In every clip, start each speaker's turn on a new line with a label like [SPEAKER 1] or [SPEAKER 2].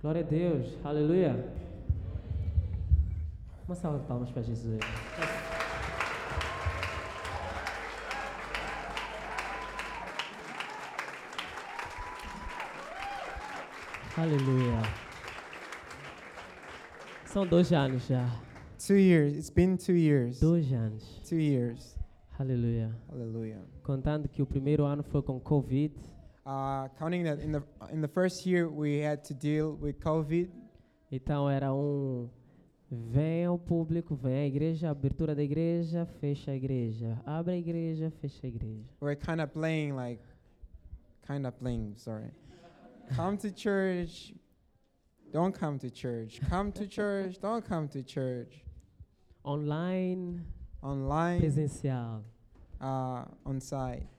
[SPEAKER 1] Glória a Deus, aleluia. Uma salva de palmas para Jesus. Aleluia. São dois anos já.
[SPEAKER 2] Two years. It's been two years.
[SPEAKER 1] Dois anos.
[SPEAKER 2] Two years.
[SPEAKER 1] Aleluia.
[SPEAKER 2] Hallelujah.
[SPEAKER 1] Contando que o primeiro ano foi com Covid,
[SPEAKER 2] Uh, counting that in the in the first year we had to deal with COVID,
[SPEAKER 1] então era um vem ao público, vem à igreja, abertura da igreja, fecha a igreja, abre a igreja, fecha a igreja.
[SPEAKER 2] we're kind of playing like, kind of playing. Sorry. Come to church. Don't come to church. Come to church. Don't come to church.
[SPEAKER 1] Online,
[SPEAKER 2] Online,
[SPEAKER 1] presencial.
[SPEAKER 2] uh, on site.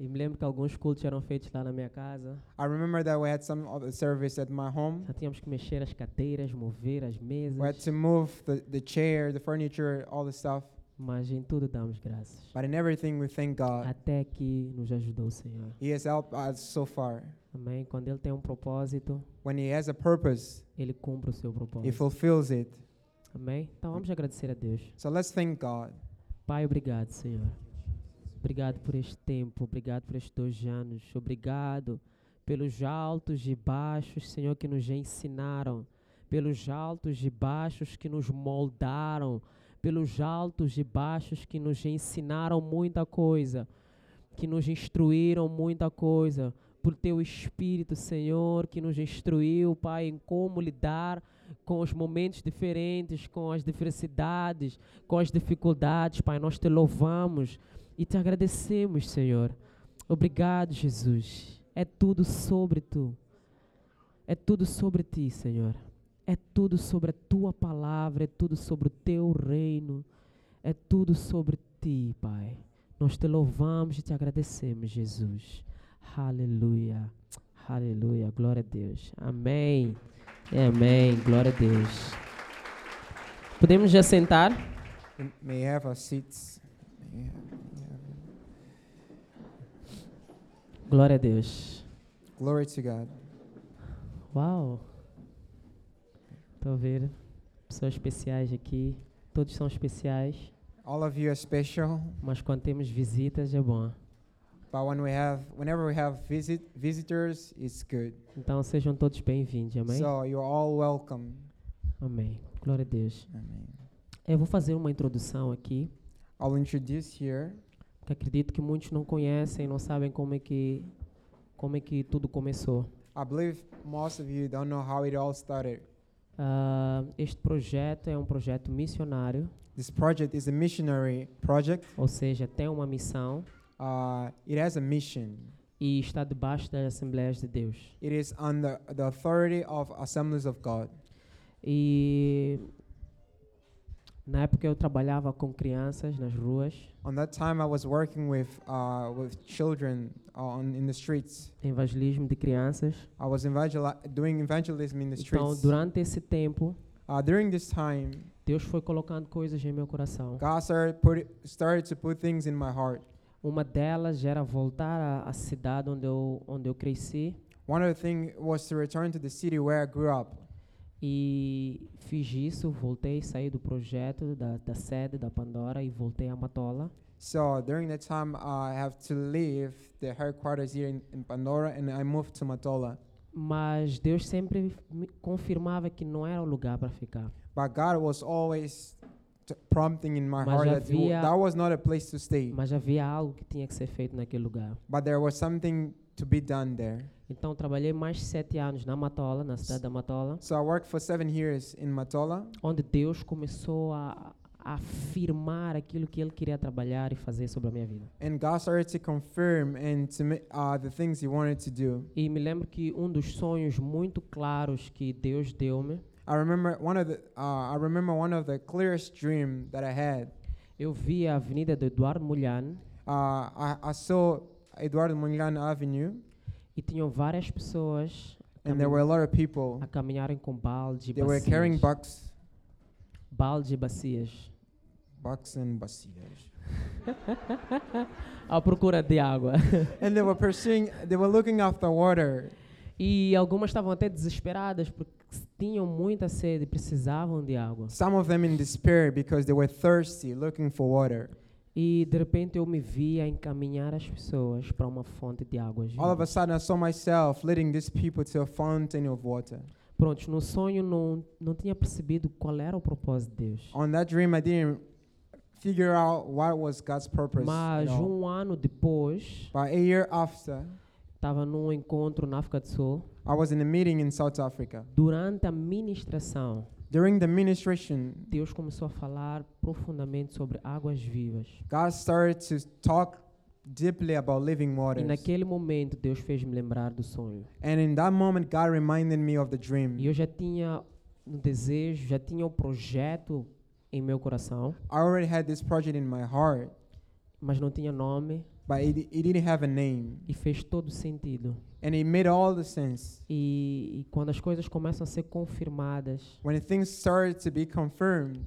[SPEAKER 1] E me lembro que alguns cultos eram feitos lá na minha casa.
[SPEAKER 2] I remember that we had some of the service at my home.
[SPEAKER 1] Já tínhamos que mexer as cadeiras, mover as mesas,
[SPEAKER 2] We had to move the, the chair, the furniture, all the stuff.
[SPEAKER 1] mas em tudo damos graças.
[SPEAKER 2] But in everything, we thank God.
[SPEAKER 1] Até que nos ajudou o Senhor.
[SPEAKER 2] He has helped us so far.
[SPEAKER 1] Amém? Quando Ele tem um propósito,
[SPEAKER 2] When He has a purpose,
[SPEAKER 1] Ele cumpre o seu
[SPEAKER 2] He
[SPEAKER 1] propósito.
[SPEAKER 2] fulfills it.
[SPEAKER 1] Amém? Então vamos agradecer a Deus.
[SPEAKER 2] So let's thank God.
[SPEAKER 1] Pai, obrigado, Senhor. Obrigado por este tempo, obrigado por estes dois anos, obrigado pelos altos e baixos, Senhor, que nos ensinaram, pelos altos e baixos que nos moldaram, pelos altos e baixos que nos ensinaram muita coisa, que nos instruíram muita coisa, por Teu Espírito, Senhor, que nos instruiu, Pai, em como lidar com os momentos diferentes, com as diversidades, com as dificuldades, Pai. Nós te louvamos e te agradecemos, Senhor. Obrigado, Jesus. É tudo sobre tu. É tudo sobre ti, Senhor. É tudo sobre a tua palavra, é tudo sobre o teu reino. É tudo sobre ti, Pai. Nós te louvamos e te agradecemos, Jesus. Aleluia. Aleluia. Glória a Deus. Amém. E amém. Glória a Deus. Podemos já sentar?
[SPEAKER 2] We may have our seats. May have- may have-
[SPEAKER 1] Glória a Deus.
[SPEAKER 2] Glory to God.
[SPEAKER 1] Uau! Estou a ver pessoas especiais aqui. Todos são especiais,
[SPEAKER 2] All of you are special,
[SPEAKER 1] mas quando temos visitas é bom.
[SPEAKER 2] but when we have, whenever we have visit visitors, it's good.
[SPEAKER 1] Então sejam todos bem-vindos, amém?
[SPEAKER 2] So you're all welcome.
[SPEAKER 1] Amém. Glória a Deus.
[SPEAKER 2] Amen.
[SPEAKER 1] Eu vou fazer uma introdução aqui,
[SPEAKER 2] I'll introduce here.
[SPEAKER 1] porque acredito que muitos não conhecem, não sabem como é que como é que tudo começou.
[SPEAKER 2] I believe most of you don't know how it all started.
[SPEAKER 1] Ah, este projeto é um projeto missionário,
[SPEAKER 2] This project is a missionary project.
[SPEAKER 1] ou seja, tem uma missão
[SPEAKER 2] Uh, it has a mission.
[SPEAKER 1] e está debaixo das Assembleias de Deus.
[SPEAKER 2] It is under the authority of Assemblies of God.
[SPEAKER 1] E na época eu trabalhava com crianças nas ruas,
[SPEAKER 2] On that time, I was working with uh, with children uh, on in the streets.
[SPEAKER 1] em evangelismo de crianças.
[SPEAKER 2] I was evangel- doing evangelism in the
[SPEAKER 1] Então,
[SPEAKER 2] streets.
[SPEAKER 1] durante esse tempo,
[SPEAKER 2] Uh, during this time,
[SPEAKER 1] Deus foi colocando coisas em meu coração.
[SPEAKER 2] God started put started to put things in my heart.
[SPEAKER 1] Uma delas era voltar à, à cidade onde eu, onde eu cresci
[SPEAKER 2] One of the things was to return to the city where I grew up.
[SPEAKER 1] e fiz isso, voltei, saí do projeto, da, da sede da Pandora e voltei a Matola.
[SPEAKER 2] So during that time, I have to leave the headquarters here in, in Pandora, and I moved to Matola.
[SPEAKER 1] Mas Deus sempre me confirmava que não era o lugar para ficar.
[SPEAKER 2] But God was always t- prompting in my
[SPEAKER 1] Mas
[SPEAKER 2] heart that you-
[SPEAKER 1] havia-
[SPEAKER 2] that was not a place to stay,
[SPEAKER 1] Mas havia algo que tinha que ser feito naquele lugar.
[SPEAKER 2] but there was something to be done there.
[SPEAKER 1] Então trabalhei mais sete anos na Matola, na cidade da Matola,
[SPEAKER 2] So I worked for seven years in Matola,
[SPEAKER 1] onde Deus começou a a afirmar aquilo que Ele queria trabalhar e fazer sobre a minha vida.
[SPEAKER 2] and God started to confirm and to ma- uh, the things He wanted to do.
[SPEAKER 1] E me lembro que um dos sonhos muito claros que Deus deu-me,
[SPEAKER 2] I remember one of the uh, I remember one of the clearest dream that I had.
[SPEAKER 1] eu vi a avenida do Eduardo Mulhan
[SPEAKER 2] Uh, I, I saw Eduardo Mungan Avenue,
[SPEAKER 1] e tinham várias pessoas
[SPEAKER 2] and there were a lot of people.
[SPEAKER 1] a caminharem com balde e
[SPEAKER 2] They were
[SPEAKER 1] bacias.
[SPEAKER 2] carrying bucks,
[SPEAKER 1] balde e bacias
[SPEAKER 2] bucks and basillas.
[SPEAKER 1] à procura de água.
[SPEAKER 2] and they were pursuing. They were looking after water.
[SPEAKER 1] E algumas estavam até desesperadas porque tinham muita sede, precisavam de água.
[SPEAKER 2] Some of them in despair because they were thirsty, looking for water.
[SPEAKER 1] E de repente eu me vi a encaminhar as pessoas para uma fonte de água
[SPEAKER 2] All of
[SPEAKER 1] viva.
[SPEAKER 2] a sudden, I saw myself leading these people to a fountain of water.
[SPEAKER 1] Pronto, no sonho não, não tinha percebido qual era o propósito de Deus.
[SPEAKER 2] On that dream, I didn't figure out what was God's purpose. at
[SPEAKER 1] Mas
[SPEAKER 2] all.
[SPEAKER 1] um ano depois,
[SPEAKER 2] But a year after,
[SPEAKER 1] estava num encontro na África do Sul.
[SPEAKER 2] I was in a meeting in South Africa.
[SPEAKER 1] Durante a ministração,
[SPEAKER 2] During the ministration,
[SPEAKER 1] Deus começou a falar profundamente sobre águas vivas.
[SPEAKER 2] God started to talk deeply about living
[SPEAKER 1] E
[SPEAKER 2] waters.
[SPEAKER 1] naquele momento, Deus fez-me lembrar do sonho.
[SPEAKER 2] And in that moment, God reminded me of the
[SPEAKER 1] E
[SPEAKER 2] dream.
[SPEAKER 1] eu já tinha um desejo, já tinha o projeto em meu coração,
[SPEAKER 2] I already had this project in my heart,
[SPEAKER 1] mas não tinha nome
[SPEAKER 2] but it, it didn't have a name.
[SPEAKER 1] e fez todo sentido.
[SPEAKER 2] And it made all the sense.
[SPEAKER 1] E, e quando as coisas começam a ser confirmadas,
[SPEAKER 2] When things started to be confirmed,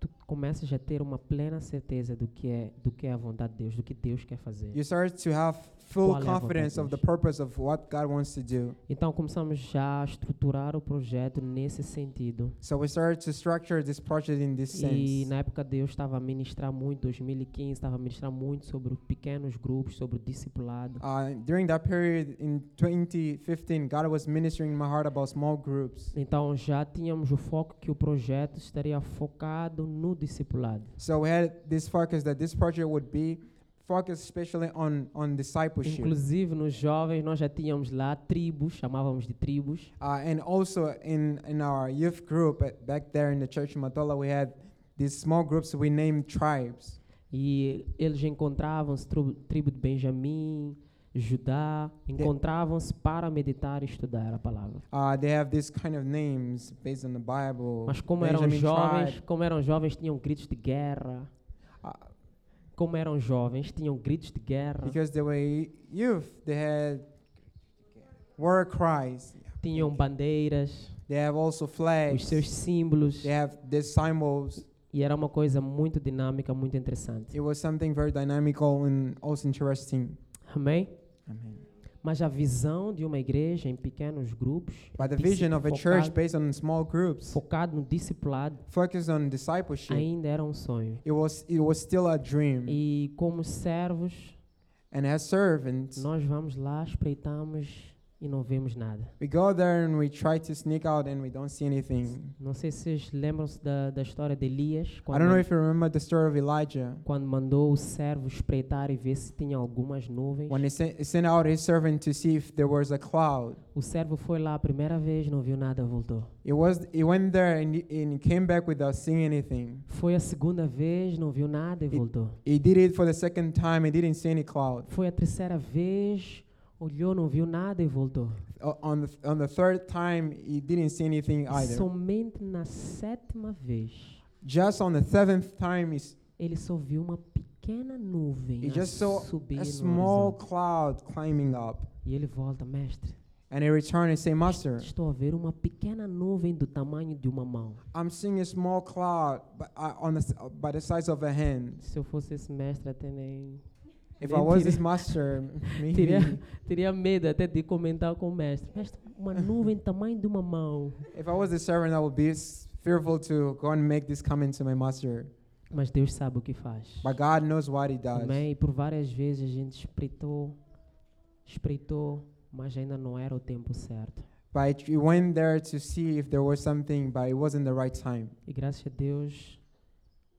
[SPEAKER 1] tu começas a ter uma plena certeza do que é do que é a vontade de Deus, do que Deus quer fazer.
[SPEAKER 2] you started to have full
[SPEAKER 1] Qual é a vontade
[SPEAKER 2] confidence of
[SPEAKER 1] de
[SPEAKER 2] the
[SPEAKER 1] Deus?
[SPEAKER 2] purpose of what God wants to do.
[SPEAKER 1] Então começamos já a estruturar o projeto nesse sentido.
[SPEAKER 2] So we started to structure this project in this
[SPEAKER 1] E
[SPEAKER 2] sense.
[SPEAKER 1] na época Deus estava a ministrar muito, 2015 estava a ministrar muito sobre pequenos grupos, sobre o discipulado.
[SPEAKER 2] Uh, during that period in 2015, God was ministering in my heart about small groups.
[SPEAKER 1] Então já tínhamos o foco que o projeto estaria focado no discipulado.
[SPEAKER 2] So we had this focus that this project would be focused especially on, on discipleship.
[SPEAKER 1] Inclusive nos jovens nós já tínhamos lá tribos, chamávamos de tribos.
[SPEAKER 2] Uh, and also in, in our youth group uh, back there in the church in Matola, we had these small groups we named tribes.
[SPEAKER 1] E eles encontravam-se, tru- tribo de Benjamim, Judá, encontravam-se para meditar e estudar a palavra.
[SPEAKER 2] Uh, they have these kind of names based on the Bible.
[SPEAKER 1] Mas como eram
[SPEAKER 2] Benjamin
[SPEAKER 1] jovens,
[SPEAKER 2] tribe.
[SPEAKER 1] como eram jovens, tinham gritos de guerra.
[SPEAKER 2] Ah.
[SPEAKER 1] Como eram jovens, tinham gritos de guerra,
[SPEAKER 2] because they were youth, they had war cries.
[SPEAKER 1] tinham bandeiras,
[SPEAKER 2] They have also
[SPEAKER 1] os
[SPEAKER 2] flags.
[SPEAKER 1] seus símbolos,
[SPEAKER 2] They have these symbols.
[SPEAKER 1] e era uma coisa muito dinâmica, muito interessante.
[SPEAKER 2] It was something very dynamical and also interesting.
[SPEAKER 1] Amém?
[SPEAKER 2] Amen.
[SPEAKER 1] Mas a visão de uma igreja em pequenos grupos,
[SPEAKER 2] But the
[SPEAKER 1] disci-
[SPEAKER 2] vision of a church
[SPEAKER 1] focado,
[SPEAKER 2] based on small groups,
[SPEAKER 1] focado no discipulado,
[SPEAKER 2] focused on discipleship,
[SPEAKER 1] ainda era um sonho.
[SPEAKER 2] it was it was still a dream.
[SPEAKER 1] E como servos,
[SPEAKER 2] And as servants,
[SPEAKER 1] nós vamos lá, espreitamos e não vemos nada.
[SPEAKER 2] we go there and we try to sneak out and we don't see anything.
[SPEAKER 1] Não sei se vocês lembram-se da, da história de Elias,
[SPEAKER 2] I
[SPEAKER 1] quando,
[SPEAKER 2] don't know if you remember the story of Elijah
[SPEAKER 1] quando mandou o servo espreitar e ver se tinha algumas nuvens.
[SPEAKER 2] when he sent, he sent out his servant to see if there was a cloud.
[SPEAKER 1] O servo foi lá a primeira vez, não viu nada, voltou.
[SPEAKER 2] It was he went there and he, and he came back without seeing anything.
[SPEAKER 1] Foi a segunda vez, não viu nada e
[SPEAKER 2] E-
[SPEAKER 1] voltou.
[SPEAKER 2] He did it for the second time. He didn't see any cloud.
[SPEAKER 1] Foi a terceira vez, olhou, não viu nada e voltou.
[SPEAKER 2] O- Uh, on the on the third time he didn't see anything either.
[SPEAKER 1] Somente na sétima vez,
[SPEAKER 2] just on the seventh time he, s-
[SPEAKER 1] ele só viu uma pequena nuvem
[SPEAKER 2] He
[SPEAKER 1] a
[SPEAKER 2] just saw
[SPEAKER 1] subir
[SPEAKER 2] a
[SPEAKER 1] no
[SPEAKER 2] small
[SPEAKER 1] horizonte.
[SPEAKER 2] cloud climbing up
[SPEAKER 1] E ele volta, mestre,
[SPEAKER 2] and he returned and say, Master,
[SPEAKER 1] estou a ver uma pequena nuvem do tamanho de uma mão.
[SPEAKER 2] I'm seeing a small cloud but, uh, on the, s- uh, by the size of a hand.
[SPEAKER 1] Se eu fosse esse mestre, até nem.
[SPEAKER 2] If I
[SPEAKER 1] Nem
[SPEAKER 2] was
[SPEAKER 1] tirei-
[SPEAKER 2] this master, maybe
[SPEAKER 1] Teria, teria medo até de comentar com o mestre. Mestre, uma nuvem do tamanho de uma mão.
[SPEAKER 2] if I was the servant, I would be s- fearful to go and make this comment to my master.
[SPEAKER 1] Mas Deus sabe o que faz.
[SPEAKER 2] But God knows what he does.
[SPEAKER 1] Amém? E por várias vezes a gente espreitou, espreitou, mas ainda não era o tempo certo.
[SPEAKER 2] But he went there to see if there was something, but it wasn't the right time.
[SPEAKER 1] E graças a Deus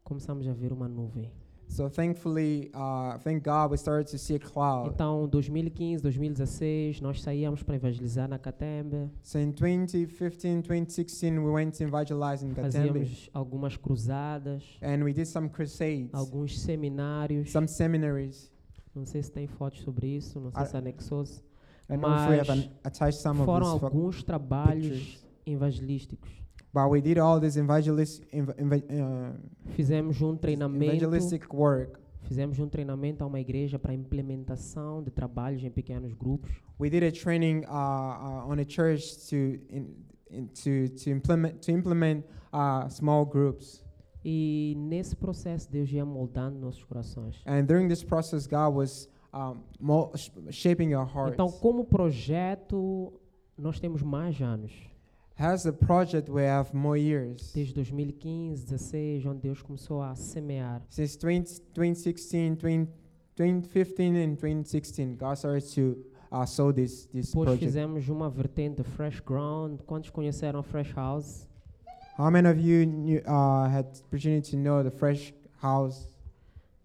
[SPEAKER 1] começamos a ver uma nuvem.
[SPEAKER 2] So thankfully, uh, thank God, we started to see a cloud.
[SPEAKER 1] Então, 2015, 2016, nós saíamos para evangelizar na Catembe,
[SPEAKER 2] So in 2015, 2016, we went to evangelize in Gatembe.
[SPEAKER 1] fazíamos algumas cruzadas,
[SPEAKER 2] And we did some crusades,
[SPEAKER 1] alguns seminários.
[SPEAKER 2] some seminaries.
[SPEAKER 1] Não sei se tem fotos sobre isso, não sei
[SPEAKER 2] Ah,
[SPEAKER 1] se anexou-se.
[SPEAKER 2] I don't know if we have
[SPEAKER 1] Mas
[SPEAKER 2] an- attached some of
[SPEAKER 1] Foram
[SPEAKER 2] these fo-
[SPEAKER 1] alguns trabalhos
[SPEAKER 2] pictures.
[SPEAKER 1] evangelísticos.
[SPEAKER 2] But we did all this evangelist, inv- inv- uh,
[SPEAKER 1] Fizemos um treinamento,
[SPEAKER 2] evangelistic work.
[SPEAKER 1] fizemos um treinamento a uma igreja para implementação de trabalhos em pequenos grupos.
[SPEAKER 2] We did a training uh, uh, on a church to, in, in, to, to implement, to implement uh, small groups.
[SPEAKER 1] E nesse processo Deus ia moldando nossos corações.
[SPEAKER 2] And during this process, God was um, mo- sh- shaping our hearts.
[SPEAKER 1] Então, como projeto, Nós temos mais anos,
[SPEAKER 2] Has a project we have more years.
[SPEAKER 1] desde 2015, 16, onde Deus começou a semear.
[SPEAKER 2] Since 20, 2016, 20, 2015 and 2016, God started to uh, sow this, this
[SPEAKER 1] Depois
[SPEAKER 2] project.
[SPEAKER 1] fizemos uma vertente Fresh Ground. Quantos conheceram a Fresh House?
[SPEAKER 2] How many of you knew, uh, had opportunity to know the fresh house?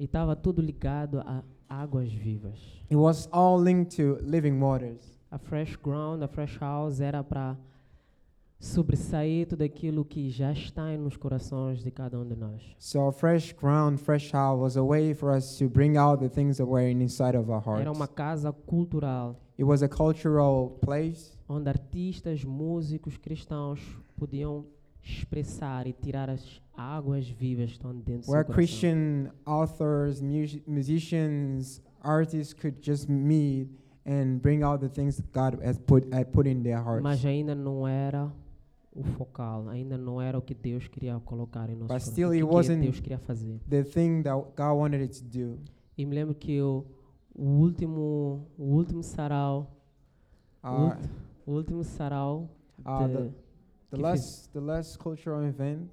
[SPEAKER 1] E estava tudo ligado a águas vivas.
[SPEAKER 2] It was all linked to living waters.
[SPEAKER 1] A Fresh Ground, a Fresh House era para sobressair tudo aquilo que já está nos corações de cada um de nós.
[SPEAKER 2] So fresh ground, fresh house was a way for us to bring out the things that were inside of our hearts.
[SPEAKER 1] Era uma casa cultural
[SPEAKER 2] It was a cultural place
[SPEAKER 1] onde artistas, músicos, cristãos podiam expressar e tirar as águas vivas que estão dentro do seu
[SPEAKER 2] where
[SPEAKER 1] coração.
[SPEAKER 2] Christian authors, music- musicians, artists could just meet and bring out the things that God has put had put in their hearts.
[SPEAKER 1] Mas ainda não era o focal, ainda não era o que Deus queria colocar em nosso
[SPEAKER 2] But
[SPEAKER 1] coração.
[SPEAKER 2] still
[SPEAKER 1] o
[SPEAKER 2] it
[SPEAKER 1] que que
[SPEAKER 2] wasn't-
[SPEAKER 1] Deus queria fazer.
[SPEAKER 2] The thing that God wanted it to do.
[SPEAKER 1] E me lembro que eu, o último, o último sarau,
[SPEAKER 2] Uh,
[SPEAKER 1] ult- o último sarau
[SPEAKER 2] Ah,
[SPEAKER 1] de-
[SPEAKER 2] the- the
[SPEAKER 1] que
[SPEAKER 2] last the last cultural event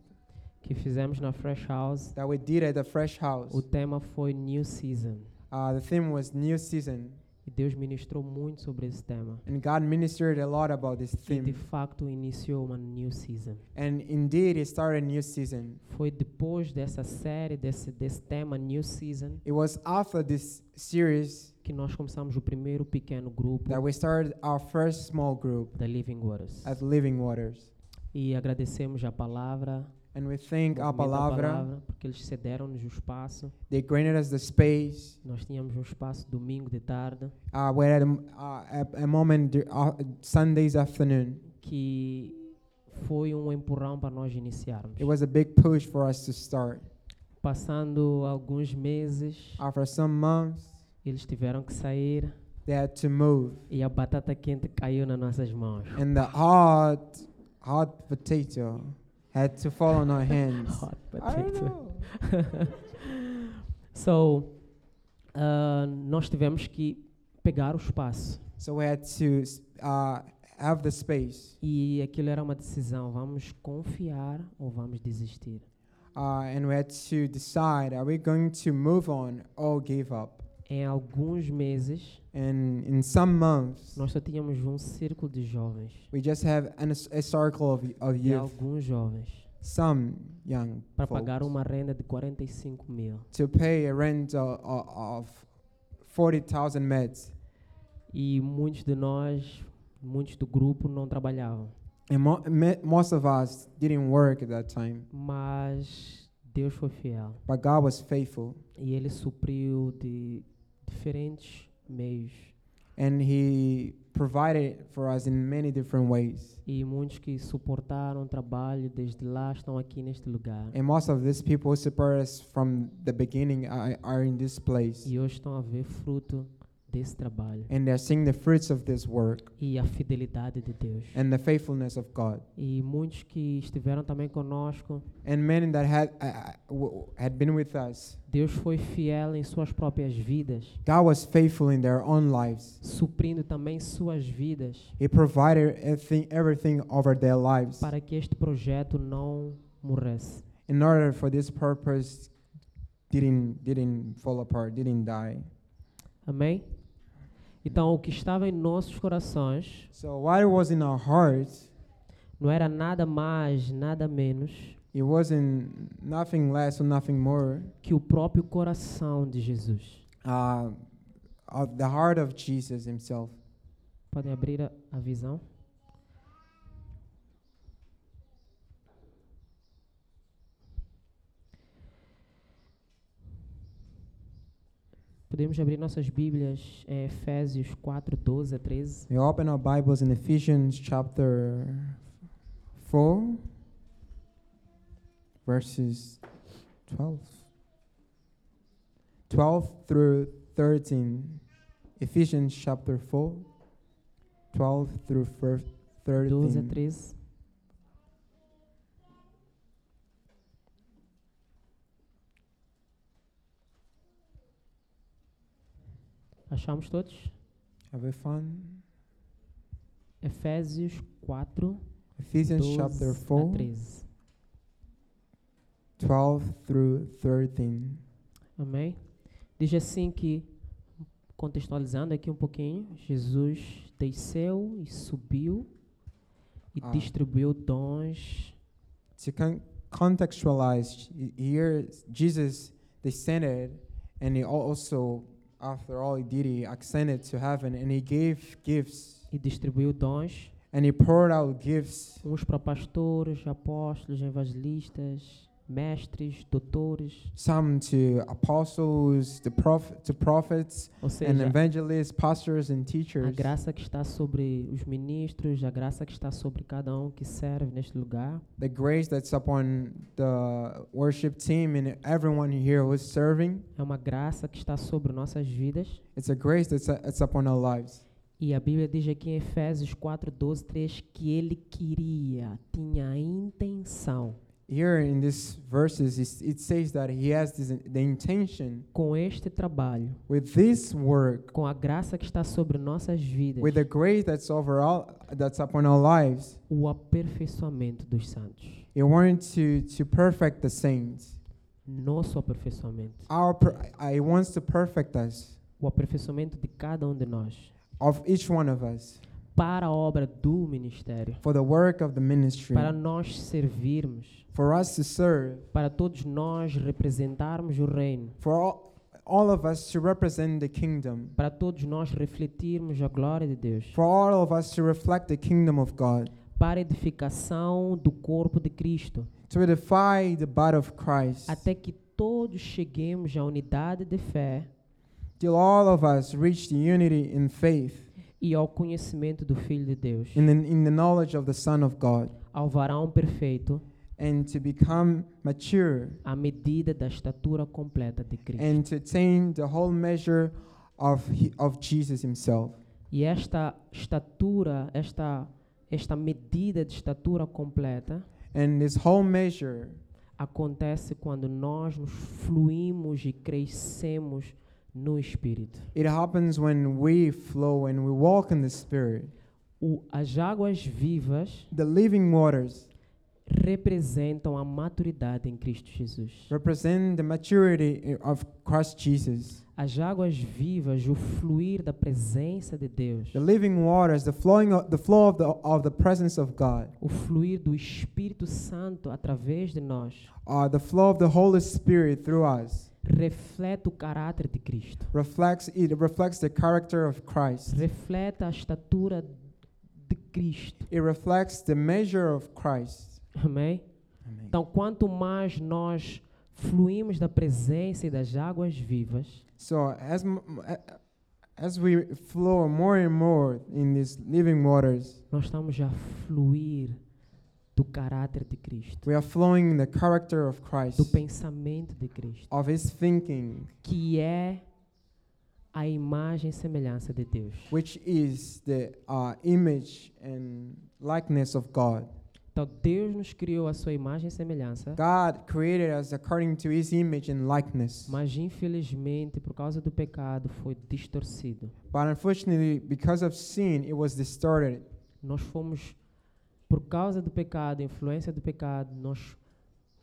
[SPEAKER 1] que fizemos na Fresh House,
[SPEAKER 2] that we did at the Fresh House,
[SPEAKER 1] o tema foi New Season.
[SPEAKER 2] uh, the theme was new season,
[SPEAKER 1] E Deus ministrou muito sobre esse tema.
[SPEAKER 2] and God ministered a lot about this
[SPEAKER 1] E de
[SPEAKER 2] theme.
[SPEAKER 1] facto iniciou uma New Season.
[SPEAKER 2] And indeed, it started a new season.
[SPEAKER 1] Foi depois dessa série, desse, desse tema New Season,
[SPEAKER 2] It was after this series
[SPEAKER 1] que nós começamos o primeiro pequeno grupo
[SPEAKER 2] that we started our first small group
[SPEAKER 1] da Living Waters.
[SPEAKER 2] at Living Waters.
[SPEAKER 1] E agradecemos a palavra,
[SPEAKER 2] And we thank
[SPEAKER 1] movimento
[SPEAKER 2] our
[SPEAKER 1] da
[SPEAKER 2] palavra.
[SPEAKER 1] palavra, porque eles cederam-nos o espaço.
[SPEAKER 2] They granted us the space.
[SPEAKER 1] Nós tínhamos um espaço domingo de tarde,
[SPEAKER 2] Uh, we had a, m- uh, a, a moment dur- uh, Sunday's afternoon.
[SPEAKER 1] que foi um empurrão para nós iniciarmos.
[SPEAKER 2] It was a big push for us to start.
[SPEAKER 1] Passando alguns meses,
[SPEAKER 2] After some months,
[SPEAKER 1] eles tiveram que sair
[SPEAKER 2] they had to move,
[SPEAKER 1] e a batata quente caiu nas nossas mãos.
[SPEAKER 2] and the hot, hot potato had to fall on our hands.
[SPEAKER 1] Hot
[SPEAKER 2] I don't
[SPEAKER 1] potato.
[SPEAKER 2] know.
[SPEAKER 1] so, ah, nós tivemos que pegar o espaço.
[SPEAKER 2] So we had to s- uh, have the space.
[SPEAKER 1] E aquilo era uma decisão: vamos confiar ou vamos desistir?
[SPEAKER 2] uh, and we had to decide are we going to move on or give up
[SPEAKER 1] Em alguns meses,
[SPEAKER 2] and in some months
[SPEAKER 1] nós só tínhamos um círculo de jovens.
[SPEAKER 2] we just have an, a circle of, of
[SPEAKER 1] E
[SPEAKER 2] youth
[SPEAKER 1] alguns jovens.
[SPEAKER 2] some young
[SPEAKER 1] Para
[SPEAKER 2] folks,
[SPEAKER 1] pagar uma renda de 45 mil.
[SPEAKER 2] to pay a rent of, of 40,000 meds
[SPEAKER 1] E muitos de nós, muitos do grupo, não trabalhavam.
[SPEAKER 2] and mo- me- most of us didn't work at that time
[SPEAKER 1] Mas Deus foi fiel.
[SPEAKER 2] but God was faithful
[SPEAKER 1] E Ele supriu de diferentes meios.
[SPEAKER 2] and he provided for us in many different ways
[SPEAKER 1] E muitos que suportaram o trabalho desde lá estão aqui neste lugar.
[SPEAKER 2] and most of these people who support us from the beginning are, are in this place
[SPEAKER 1] E hoje estão a ver fruto desse trabalho.
[SPEAKER 2] and they're seeing the fruits of this work
[SPEAKER 1] E a fidelidade de Deus.
[SPEAKER 2] and the faithfulness of God.
[SPEAKER 1] E muitos que estiveram também conosco,
[SPEAKER 2] And men that had uh, uh, w- had been with us,
[SPEAKER 1] Deus foi fiel em suas próprias vidas,
[SPEAKER 2] God was faithful in their own lives.
[SPEAKER 1] suprindo também suas vidas,
[SPEAKER 2] He provided everything, everything over their lives
[SPEAKER 1] para que este projeto não morresse.
[SPEAKER 2] in order for this purpose didn't didn't fall apart, didn't die.
[SPEAKER 1] Amém? Então, o que estava em nossos corações
[SPEAKER 2] So what was in our hearts,
[SPEAKER 1] não era nada mais, nada menos
[SPEAKER 2] it wasn't nothing less or nothing more.
[SPEAKER 1] que o próprio coração de Jesus.
[SPEAKER 2] Uh, of the heart of Jesus Himself.
[SPEAKER 1] Podem abrir a, a visão? Podemos abrir nossas Bíblias em Efésios 4, 12 a 13.
[SPEAKER 2] We open our Bibles in Ephesians chapter 4, verses 12. 12 through 13. Ephesians chapter 4, 12 through fir-
[SPEAKER 1] 12 a
[SPEAKER 2] 13.
[SPEAKER 1] 13. Achamos todos?
[SPEAKER 2] Have we fun?
[SPEAKER 1] Efésios 4,
[SPEAKER 2] Ephesians
[SPEAKER 1] 12
[SPEAKER 2] chapter
[SPEAKER 1] a
[SPEAKER 2] 4,
[SPEAKER 1] 13.
[SPEAKER 2] 12 through 13.
[SPEAKER 1] Amém? Diz assim que, contextualizando aqui um pouquinho, Jesus desceu e subiu e
[SPEAKER 2] Ah.
[SPEAKER 1] distribuiu dons
[SPEAKER 2] To con- contextualize he- here, Jesus descended and he al- also, after all he did, he ascended to heaven and he gave gifts
[SPEAKER 1] e distribuiu dons,
[SPEAKER 2] and he poured out gifts
[SPEAKER 1] uns para pastores, apóstolos, evangelistas, mestres, doutores,
[SPEAKER 2] some to apostles, the prophet, to prophets,
[SPEAKER 1] ou
[SPEAKER 2] and
[SPEAKER 1] seja,
[SPEAKER 2] evangelists, pastors, and
[SPEAKER 1] a
[SPEAKER 2] teachers.
[SPEAKER 1] graça que está sobre os ministros, a graça que está sobre cada um que serve neste lugar.
[SPEAKER 2] The grace that's upon the worship team and everyone here who's serving,
[SPEAKER 1] É uma graça que está sobre nossas vidas.
[SPEAKER 2] it's a grace that's it's upon our lives.
[SPEAKER 1] E a Bíblia diz aqui em Efésios 4, 12, 3 que ele queria, tinha a intenção,
[SPEAKER 2] Here in these verses, it's- it says that he has this, the intention
[SPEAKER 1] com este trabalho,
[SPEAKER 2] with this work,
[SPEAKER 1] com a graça que está sobre nossas vidas,
[SPEAKER 2] with the grace that's over all that's upon our lives.
[SPEAKER 1] o aperfeiçoamento dos santos.
[SPEAKER 2] He wanted to to perfect the saints.
[SPEAKER 1] Nosso aperfeiçoamento.
[SPEAKER 2] Our per, uh, he wants to perfect us,
[SPEAKER 1] O aperfeiçoamento de cada um de nós.
[SPEAKER 2] of each one of us.
[SPEAKER 1] Para a obra do ministério.
[SPEAKER 2] for the work of the ministry,
[SPEAKER 1] Para nós servirmos.
[SPEAKER 2] for us to serve,
[SPEAKER 1] Para todos nós representarmos o reino.
[SPEAKER 2] for all, all of us to represent the kingdom,
[SPEAKER 1] Para todos nós refletirmos a glória de Deus.
[SPEAKER 2] for all of us to reflect the kingdom of God,
[SPEAKER 1] Para a edificação do corpo de Cristo.
[SPEAKER 2] to edify the body of Christ,
[SPEAKER 1] até que todos cheguemos à unidade de fé
[SPEAKER 2] till all of us reach the unity in faith,
[SPEAKER 1] e ao conhecimento do Filho de Deus,
[SPEAKER 2] in the, in the knowledge of the Son of God,
[SPEAKER 1] ao varão perfeito,
[SPEAKER 2] and to become mature,
[SPEAKER 1] à medida da estatura completa de Cristo.
[SPEAKER 2] and to attain the whole measure of, he- of Jesus Himself.
[SPEAKER 1] E esta estatura, esta esta medida de estatura completa
[SPEAKER 2] And this whole measure
[SPEAKER 1] acontece quando nós nos fluímos e crescemos no Espírito.
[SPEAKER 2] it happens when we flow and we walk in the Spirit.
[SPEAKER 1] O, as águas vivas
[SPEAKER 2] The living waters
[SPEAKER 1] representam a maturidade em Cristo Jesus.
[SPEAKER 2] represent the maturity i- of Christ Jesus.
[SPEAKER 1] As águas vivas, o fluir da presença de Deus,
[SPEAKER 2] The living waters, the flowing, of, the flow of the of the presence of God,
[SPEAKER 1] o fluir do Espírito Santo através de nós,
[SPEAKER 2] uh, the flow of the Holy Spirit through us
[SPEAKER 1] reflete o caráter de Cristo,
[SPEAKER 2] reflects it reflects the character of Christ.
[SPEAKER 1] reflete a estatura de Cristo.
[SPEAKER 2] It reflects the measure of Christ.
[SPEAKER 1] Amém?
[SPEAKER 2] Amen.
[SPEAKER 1] Então, quanto mais nós fluímos da presença e das águas vivas,
[SPEAKER 2] So as m- m- a- as we flow more and more in these living waters,
[SPEAKER 1] nós estamos a fluir do caráter de Cristo,
[SPEAKER 2] we are flowing in the character of Christ,
[SPEAKER 1] do pensamento de Cristo,
[SPEAKER 2] of His thinking,
[SPEAKER 1] que é a imagem e semelhança de Deus.
[SPEAKER 2] which is the uh, image and likeness of God.
[SPEAKER 1] Então Deus nos criou a sua imagem e semelhança,
[SPEAKER 2] God created us according to his image and likeness.
[SPEAKER 1] mas infelizmente por causa do pecado foi distorcido.
[SPEAKER 2] But unfortunately, because of sin, it was distorted.
[SPEAKER 1] Nós fomos por causa do pecado, influência do pecado, nós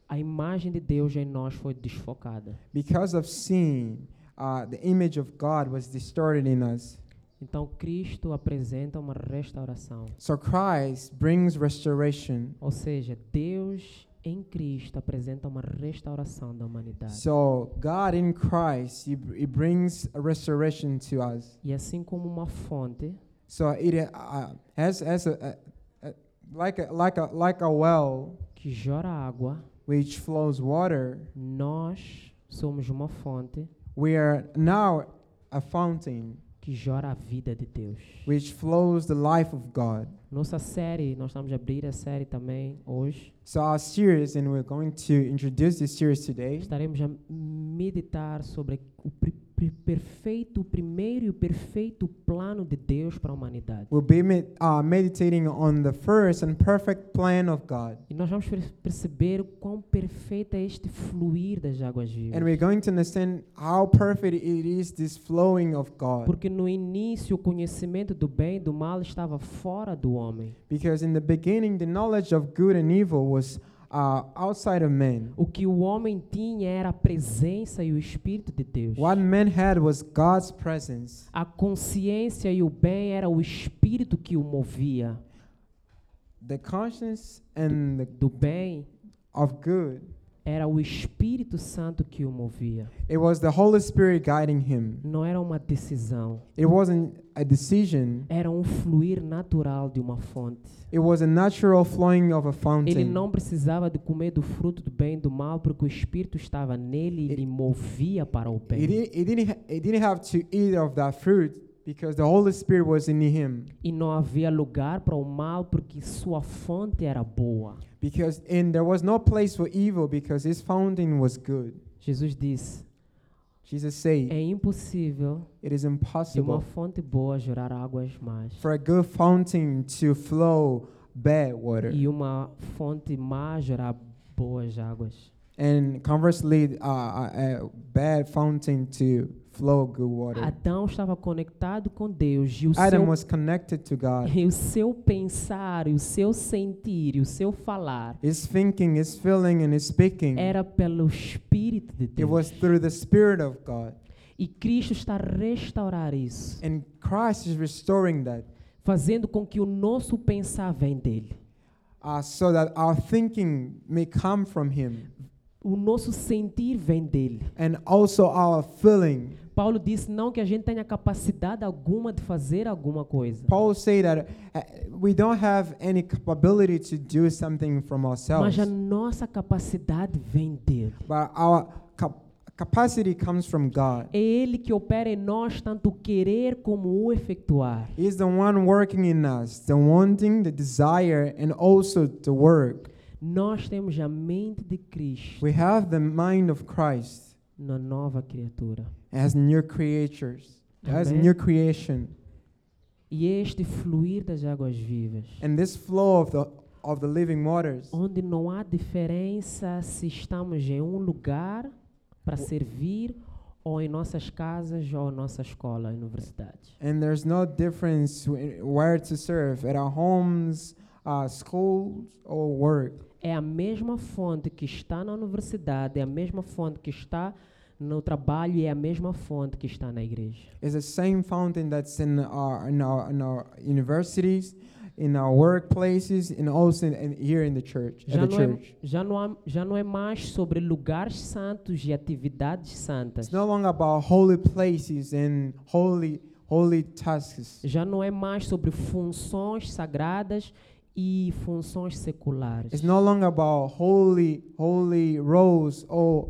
[SPEAKER 1] a imagem de Deus em nós foi desfocada.
[SPEAKER 2] Because of sin, uh, the image of God was distorted in us.
[SPEAKER 1] Então Cristo apresenta uma restauração,
[SPEAKER 2] So Christ brings restoration.
[SPEAKER 1] ou seja, Deus em Cristo apresenta uma restauração da humanidade.
[SPEAKER 2] So God in Christ, he, he brings a restoration to us.
[SPEAKER 1] E assim como uma fonte,
[SPEAKER 2] So it uh, as as a, a, a like a, like a like a well
[SPEAKER 1] que jora água,
[SPEAKER 2] which flows water.
[SPEAKER 1] nós somos uma fonte
[SPEAKER 2] We are now a fountain
[SPEAKER 1] que jora a vida de Deus.
[SPEAKER 2] which flows the life of God.
[SPEAKER 1] Nossa série, nós estamos a abrir a série também hoje.
[SPEAKER 2] So our series, and we're going to introduce this series today.
[SPEAKER 1] Estaremos a meditar sobre o pri- per- perfeito, o primeiro e o perfeito plano de Deus para a humanidade.
[SPEAKER 2] We'll be med- uh, meditating on the first and perfect plan of God.
[SPEAKER 1] E nós vamos per- perceber o quão perfeito é este fluir das águas
[SPEAKER 2] And we're
[SPEAKER 1] vivas.
[SPEAKER 2] going to understand how perfect it is this flowing of God.
[SPEAKER 1] Porque no início o conhecimento do bem e do mal estava fora do homem.
[SPEAKER 2] Because in the beginning, the knowledge of good and evil was uh, outside of man.
[SPEAKER 1] O que o homem tinha era a presença e o Espírito de Deus.
[SPEAKER 2] What man had was God's presence.
[SPEAKER 1] A consciência e o bem era o Espírito que o movia
[SPEAKER 2] The conscience and the,
[SPEAKER 1] do bem.
[SPEAKER 2] of good.
[SPEAKER 1] Era o Espírito Santo que o movia.
[SPEAKER 2] It was the Holy Spirit guiding him.
[SPEAKER 1] Não era uma decisão.
[SPEAKER 2] It wasn't a decision.
[SPEAKER 1] Era um fluir natural de uma fonte.
[SPEAKER 2] It was a natural flowing of a
[SPEAKER 1] Ele
[SPEAKER 2] fountain.
[SPEAKER 1] não precisava de comer do fruto do bem e do mal, porque o Espírito estava nele e
[SPEAKER 2] Ele-
[SPEAKER 1] lhe movia para o
[SPEAKER 2] It,
[SPEAKER 1] bem.
[SPEAKER 2] didn't, it, didn't, ha- it didn't have to eat of that fruit because the Holy Spirit was in him.
[SPEAKER 1] E não havia lugar para o mal, porque sua fonte era boa.
[SPEAKER 2] Because and there was no place for evil because his fountain was good.
[SPEAKER 1] Jesus disse:
[SPEAKER 2] Jesus said,
[SPEAKER 1] É impossível
[SPEAKER 2] It is
[SPEAKER 1] de uma
[SPEAKER 2] impossible
[SPEAKER 1] fonte boa gerar águas más.
[SPEAKER 2] for a good fountain to flow bad water.
[SPEAKER 1] e uma fonte má gerar boas águas.
[SPEAKER 2] And conversely, uh, a a bad fountain to flow good water.
[SPEAKER 1] Adão estava conectado com Deus e o,
[SPEAKER 2] Adam
[SPEAKER 1] seu,
[SPEAKER 2] was connected to God.
[SPEAKER 1] e o seu pensar, e o seu sentir, e o seu falar
[SPEAKER 2] His thinking, his feeling, and his speaking.
[SPEAKER 1] era pelo Espírito de
[SPEAKER 2] It was
[SPEAKER 1] Deus.
[SPEAKER 2] through the Spirit of God.
[SPEAKER 1] E Cristo está a restaurar isso,
[SPEAKER 2] And Christ is restoring that
[SPEAKER 1] fazendo com que o nosso pensar venha dele,
[SPEAKER 2] uh, so that our thinking may come from Him
[SPEAKER 1] o nosso sentir vem dele.
[SPEAKER 2] and also our feeling.
[SPEAKER 1] Paulo disse não que a gente tenha capacidade alguma de fazer alguma coisa,
[SPEAKER 2] Paul said that uh, we don't have any capability to do something from ourselves,
[SPEAKER 1] mas a nossa capacidade vem dele.
[SPEAKER 2] but our cap- capacity comes from God.
[SPEAKER 1] É Ele que opera em nós tanto o querer como o efetuar.
[SPEAKER 2] He's the one working in us, the wanting, the desire, and also the work.
[SPEAKER 1] Nós temos a mente de Cristo
[SPEAKER 2] We have the mind of Christ
[SPEAKER 1] na nova criatura.
[SPEAKER 2] as new creatures, as
[SPEAKER 1] Amen.
[SPEAKER 2] new creation,
[SPEAKER 1] E este fluir das águas vivas,
[SPEAKER 2] and this flow of the of the living waters.
[SPEAKER 1] onde não há diferença se estamos em um lugar para servir ou em nossas casas ou nossa escola, universidade.
[SPEAKER 2] And there's no difference wh- where to serve at our homes, uh, schools, or work.
[SPEAKER 1] É a mesma fonte que está na universidade, é a mesma fonte que está no trabalho e é a mesma fonte que está na igreja.
[SPEAKER 2] It's the same fountain that's in our in our, in our universities, in our workplaces, and also in, in- here in the church.
[SPEAKER 1] Já
[SPEAKER 2] at the
[SPEAKER 1] não, é,
[SPEAKER 2] church.
[SPEAKER 1] já, não há- já não é mais sobre lugares santos e atividades santas.
[SPEAKER 2] It's no longer about holy places and holy holy tasks.
[SPEAKER 1] Já não é mais sobre funções sagradas e funções seculares.
[SPEAKER 2] It's no longer about holy holy roles or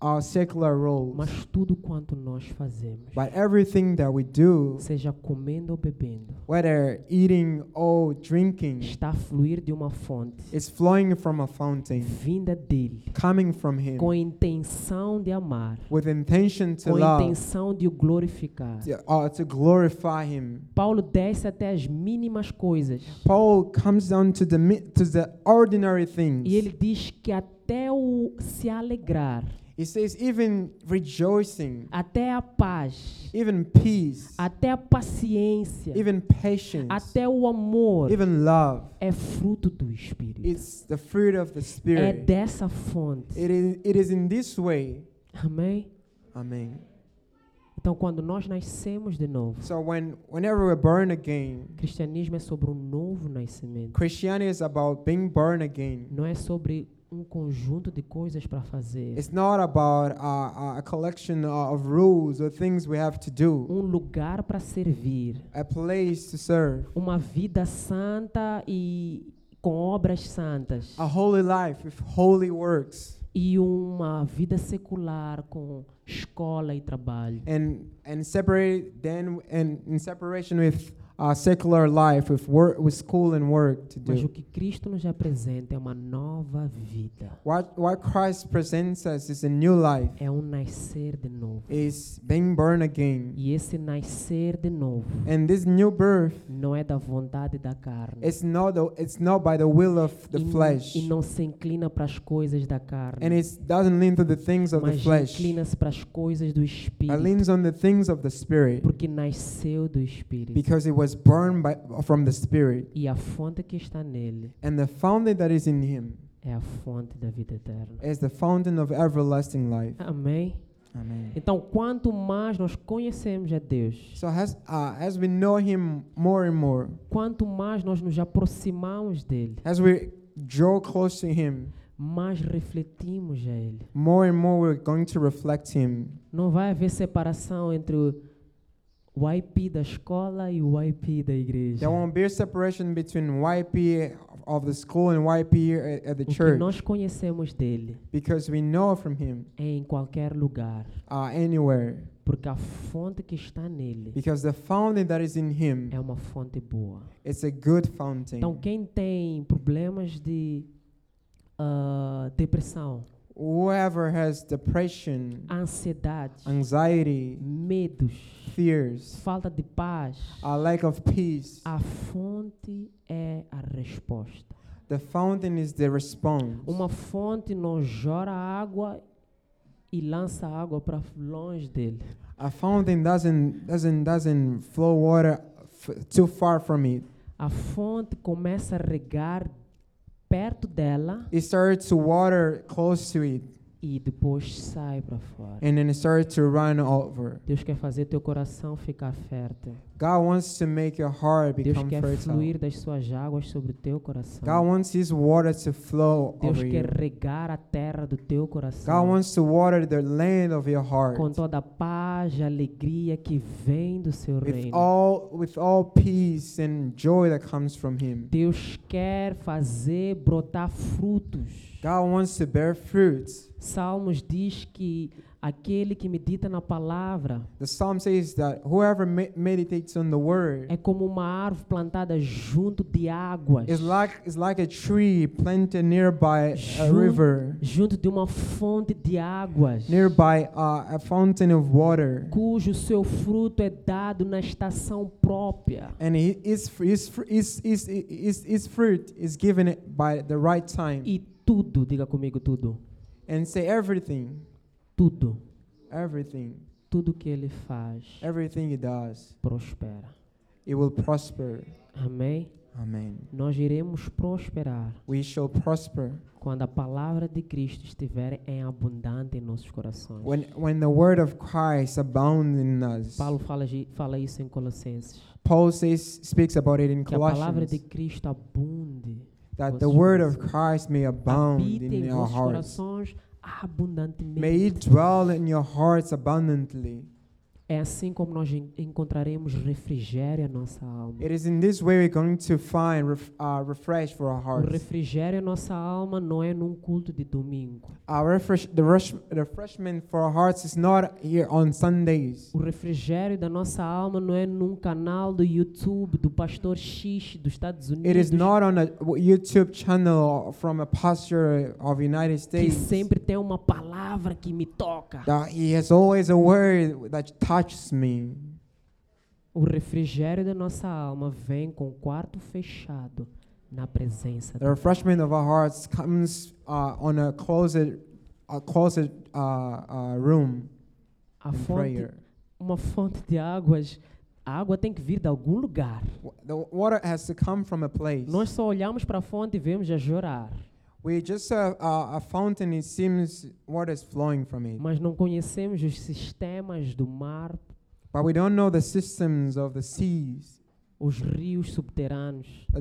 [SPEAKER 2] uh, secular roles.
[SPEAKER 1] Mas tudo quanto nós fazemos,
[SPEAKER 2] But everything that we do,
[SPEAKER 1] seja comendo ou bebendo,
[SPEAKER 2] whether eating or drinking,
[SPEAKER 1] está a fluir de uma fonte
[SPEAKER 2] It's flowing from a fountain,
[SPEAKER 1] vinda dele,
[SPEAKER 2] coming from Him,
[SPEAKER 1] com a intenção de amar,
[SPEAKER 2] with intention to
[SPEAKER 1] com a
[SPEAKER 2] love,
[SPEAKER 1] intenção de o glorificar.
[SPEAKER 2] to, uh, to glorify Him.
[SPEAKER 1] Paulo desce até as mínimas coisas.
[SPEAKER 2] Paul comes down to the mi- to the ordinary
[SPEAKER 1] E ele
[SPEAKER 2] things.
[SPEAKER 1] diz que até o se alegrar,
[SPEAKER 2] He says even rejoicing,
[SPEAKER 1] até a paz,
[SPEAKER 2] even peace,
[SPEAKER 1] até a paciência,
[SPEAKER 2] even patience,
[SPEAKER 1] até o amor
[SPEAKER 2] even love.
[SPEAKER 1] é fruto do Espírito.
[SPEAKER 2] It's the fruit of the
[SPEAKER 1] É
[SPEAKER 2] Spirit.
[SPEAKER 1] dessa fonte.
[SPEAKER 2] It is it is in this way.
[SPEAKER 1] Amém?
[SPEAKER 2] Amen.
[SPEAKER 1] Então, quando nós nascemos de novo,
[SPEAKER 2] So when whenever we're born again,
[SPEAKER 1] cristianismo é sobre um novo nascimento.
[SPEAKER 2] Christianity is about being born again.
[SPEAKER 1] Não é sobre um conjunto de coisas para fazer,
[SPEAKER 2] It's not about uh, a collection o- of rules or things we have to do,
[SPEAKER 1] um lugar para servir,
[SPEAKER 2] a place to serve,
[SPEAKER 1] uma vida santa e com obras santas.
[SPEAKER 2] a holy life with holy works,
[SPEAKER 1] e uma vida secular com escola e trabalho.
[SPEAKER 2] É, and and separate then and in separation with uh, secular life with work, with school and work to
[SPEAKER 1] Mas o
[SPEAKER 2] do.
[SPEAKER 1] que Cristo nos apresenta é uma nova vida.
[SPEAKER 2] What what Christ presents us is a new life,
[SPEAKER 1] É um nascer de novo.
[SPEAKER 2] is being born again,
[SPEAKER 1] E esse nascer de novo
[SPEAKER 2] and this new birth
[SPEAKER 1] não é da vontade da carne.
[SPEAKER 2] is not the, it's not by the will of the
[SPEAKER 1] e,
[SPEAKER 2] flesh,
[SPEAKER 1] e não se inclina para as coisas da carne.
[SPEAKER 2] and it doesn't lean to the things of the
[SPEAKER 1] mas
[SPEAKER 2] flesh,
[SPEAKER 1] inclina-se para as coisas do
[SPEAKER 2] but
[SPEAKER 1] Espírito.
[SPEAKER 2] leans on the things of the spirit,
[SPEAKER 1] Porque nasceu do Espírito.
[SPEAKER 2] because it was born by from the spirit,
[SPEAKER 1] E a fonte que está nele
[SPEAKER 2] and the fountain that is in Him
[SPEAKER 1] é a fonte da vida eterna.
[SPEAKER 2] is the fountain of everlasting life.
[SPEAKER 1] Ah. Amém?
[SPEAKER 2] Amen.
[SPEAKER 1] Então, quanto mais nós conhecemos a Deus,
[SPEAKER 2] So as uh, as we know Him more and more,
[SPEAKER 1] quanto mais nós nos aproximamos dele,
[SPEAKER 2] as we draw close to Him,
[SPEAKER 1] mais refletimos a ele.
[SPEAKER 2] more and more we're going to reflect Him.
[SPEAKER 1] Não vai haver separação entre o o IP da escola e o IP da igreja.
[SPEAKER 2] There won't be a separation between YP of the school and YP at, at the
[SPEAKER 1] O que
[SPEAKER 2] church
[SPEAKER 1] nós conhecemos dele
[SPEAKER 2] because we know from Him
[SPEAKER 1] é em qualquer lugar,
[SPEAKER 2] uh, anywhere
[SPEAKER 1] porque a fonte que está nele
[SPEAKER 2] because the fountain that is in Him
[SPEAKER 1] é uma fonte boa.
[SPEAKER 2] it's a good
[SPEAKER 1] Então,
[SPEAKER 2] fountain.
[SPEAKER 1] quem tem problemas de ah, depressão,
[SPEAKER 2] Whoever has depression,
[SPEAKER 1] ansiedade,
[SPEAKER 2] anxiety,
[SPEAKER 1] medos,
[SPEAKER 2] fears,
[SPEAKER 1] falta de paz,
[SPEAKER 2] a lack of peace,
[SPEAKER 1] a fonte é a resposta.
[SPEAKER 2] the fountain is the response.
[SPEAKER 1] Uma fonte não jora água e lança água para longe dele.
[SPEAKER 2] A fountain doesn't doesn't doesn't flow water f- too far from it.
[SPEAKER 1] A fonte começa a regar perto dela
[SPEAKER 2] It started to water close to it,
[SPEAKER 1] e depois sai para fora.
[SPEAKER 2] and then it started to run over.
[SPEAKER 1] Deus quer fazer teu coração ficar fértil.
[SPEAKER 2] God wants to make your heart
[SPEAKER 1] Deus
[SPEAKER 2] become
[SPEAKER 1] quer
[SPEAKER 2] fertile.
[SPEAKER 1] fluir das suas águas sobre o teu
[SPEAKER 2] God
[SPEAKER 1] coração.
[SPEAKER 2] wants His water to flow
[SPEAKER 1] Deus
[SPEAKER 2] over
[SPEAKER 1] quer
[SPEAKER 2] you.
[SPEAKER 1] regar a terra do teu
[SPEAKER 2] God
[SPEAKER 1] coração
[SPEAKER 2] wants to water the land of your heart
[SPEAKER 1] com toda a paz e alegria que vem do seu
[SPEAKER 2] with
[SPEAKER 1] reino.
[SPEAKER 2] all with all peace and joy that comes from Him.
[SPEAKER 1] Deus quer fazer brotar frutos.
[SPEAKER 2] God wants to bear fruits.
[SPEAKER 1] Salmos diz que aquele que medita na palavra
[SPEAKER 2] The psalm says that whoever me- meditates on the word
[SPEAKER 1] é como uma árvore plantada junto de águas,
[SPEAKER 2] It's like it's like a tree planted nearby a
[SPEAKER 1] Jun-
[SPEAKER 2] river,
[SPEAKER 1] junto de uma fonte de águas,
[SPEAKER 2] nearby uh, a fountain of water,
[SPEAKER 1] cujo seu fruto é dado na estação própria.
[SPEAKER 2] and i- its fr- its fr- its its its, its fruit is given it by the right time.
[SPEAKER 1] E tudo, diga comigo tudo,
[SPEAKER 2] And say everything,
[SPEAKER 1] tudo,
[SPEAKER 2] everything,
[SPEAKER 1] tudo que ele faz
[SPEAKER 2] everything it does,
[SPEAKER 1] prospera.
[SPEAKER 2] it will prosper.
[SPEAKER 1] Amém?
[SPEAKER 2] Amen.
[SPEAKER 1] Nós iremos prosperar
[SPEAKER 2] We shall prosper
[SPEAKER 1] quando a palavra de Cristo estiver em abundância em nossos corações.
[SPEAKER 2] when when the word of Christ abounds in us.
[SPEAKER 1] Paulo fala, gi- fala isso em Colossenses.
[SPEAKER 2] Paul says speaks about it in
[SPEAKER 1] Que a palavra
[SPEAKER 2] Colossians
[SPEAKER 1] de Cristo abunde,
[SPEAKER 2] that the word of Christ may abound
[SPEAKER 1] habite
[SPEAKER 2] in
[SPEAKER 1] em
[SPEAKER 2] our
[SPEAKER 1] vossos
[SPEAKER 2] hearts.
[SPEAKER 1] corações
[SPEAKER 2] May
[SPEAKER 1] abundantemente.
[SPEAKER 2] it dwell in your hearts abundantly.
[SPEAKER 1] É assim como nós en- encontraremos refrigério à nossa alma.
[SPEAKER 2] It is in this way we're going to find ref, uh, refresh for our
[SPEAKER 1] O
[SPEAKER 2] hearts.
[SPEAKER 1] refrigério à nossa alma não é num culto de domingo.
[SPEAKER 2] Our refresh, the rush, refreshment for our hearts is not here on Sundays.
[SPEAKER 1] O refrigério da nossa alma não é num canal do YouTube do pastor X dos Estados
[SPEAKER 2] It
[SPEAKER 1] Unidos
[SPEAKER 2] is not on a YouTube channel from a pastor of United
[SPEAKER 1] que
[SPEAKER 2] States.
[SPEAKER 1] sempre tem uma palavra que me toca.
[SPEAKER 2] That he has always a word that touches me.
[SPEAKER 1] O refrigério da nossa alma vem com o quarto fechado na presença
[SPEAKER 2] The refreshment of our hearts comes uh, on a closet, a closet uh, uh, room
[SPEAKER 1] A
[SPEAKER 2] in
[SPEAKER 1] fonte,
[SPEAKER 2] prayer.
[SPEAKER 1] uma fonte de águas, a água tem que vir de algum lugar.
[SPEAKER 2] W- The water has to come from a place.
[SPEAKER 1] Nós só olhamos para a fonte e vemos a chorar,
[SPEAKER 2] We just saw a, a fountain, it seems water is flowing from it.
[SPEAKER 1] mas não conhecemos os sistemas do mar,
[SPEAKER 2] But we don't know the systems of the seas,
[SPEAKER 1] os rios subterrâneos
[SPEAKER 2] the,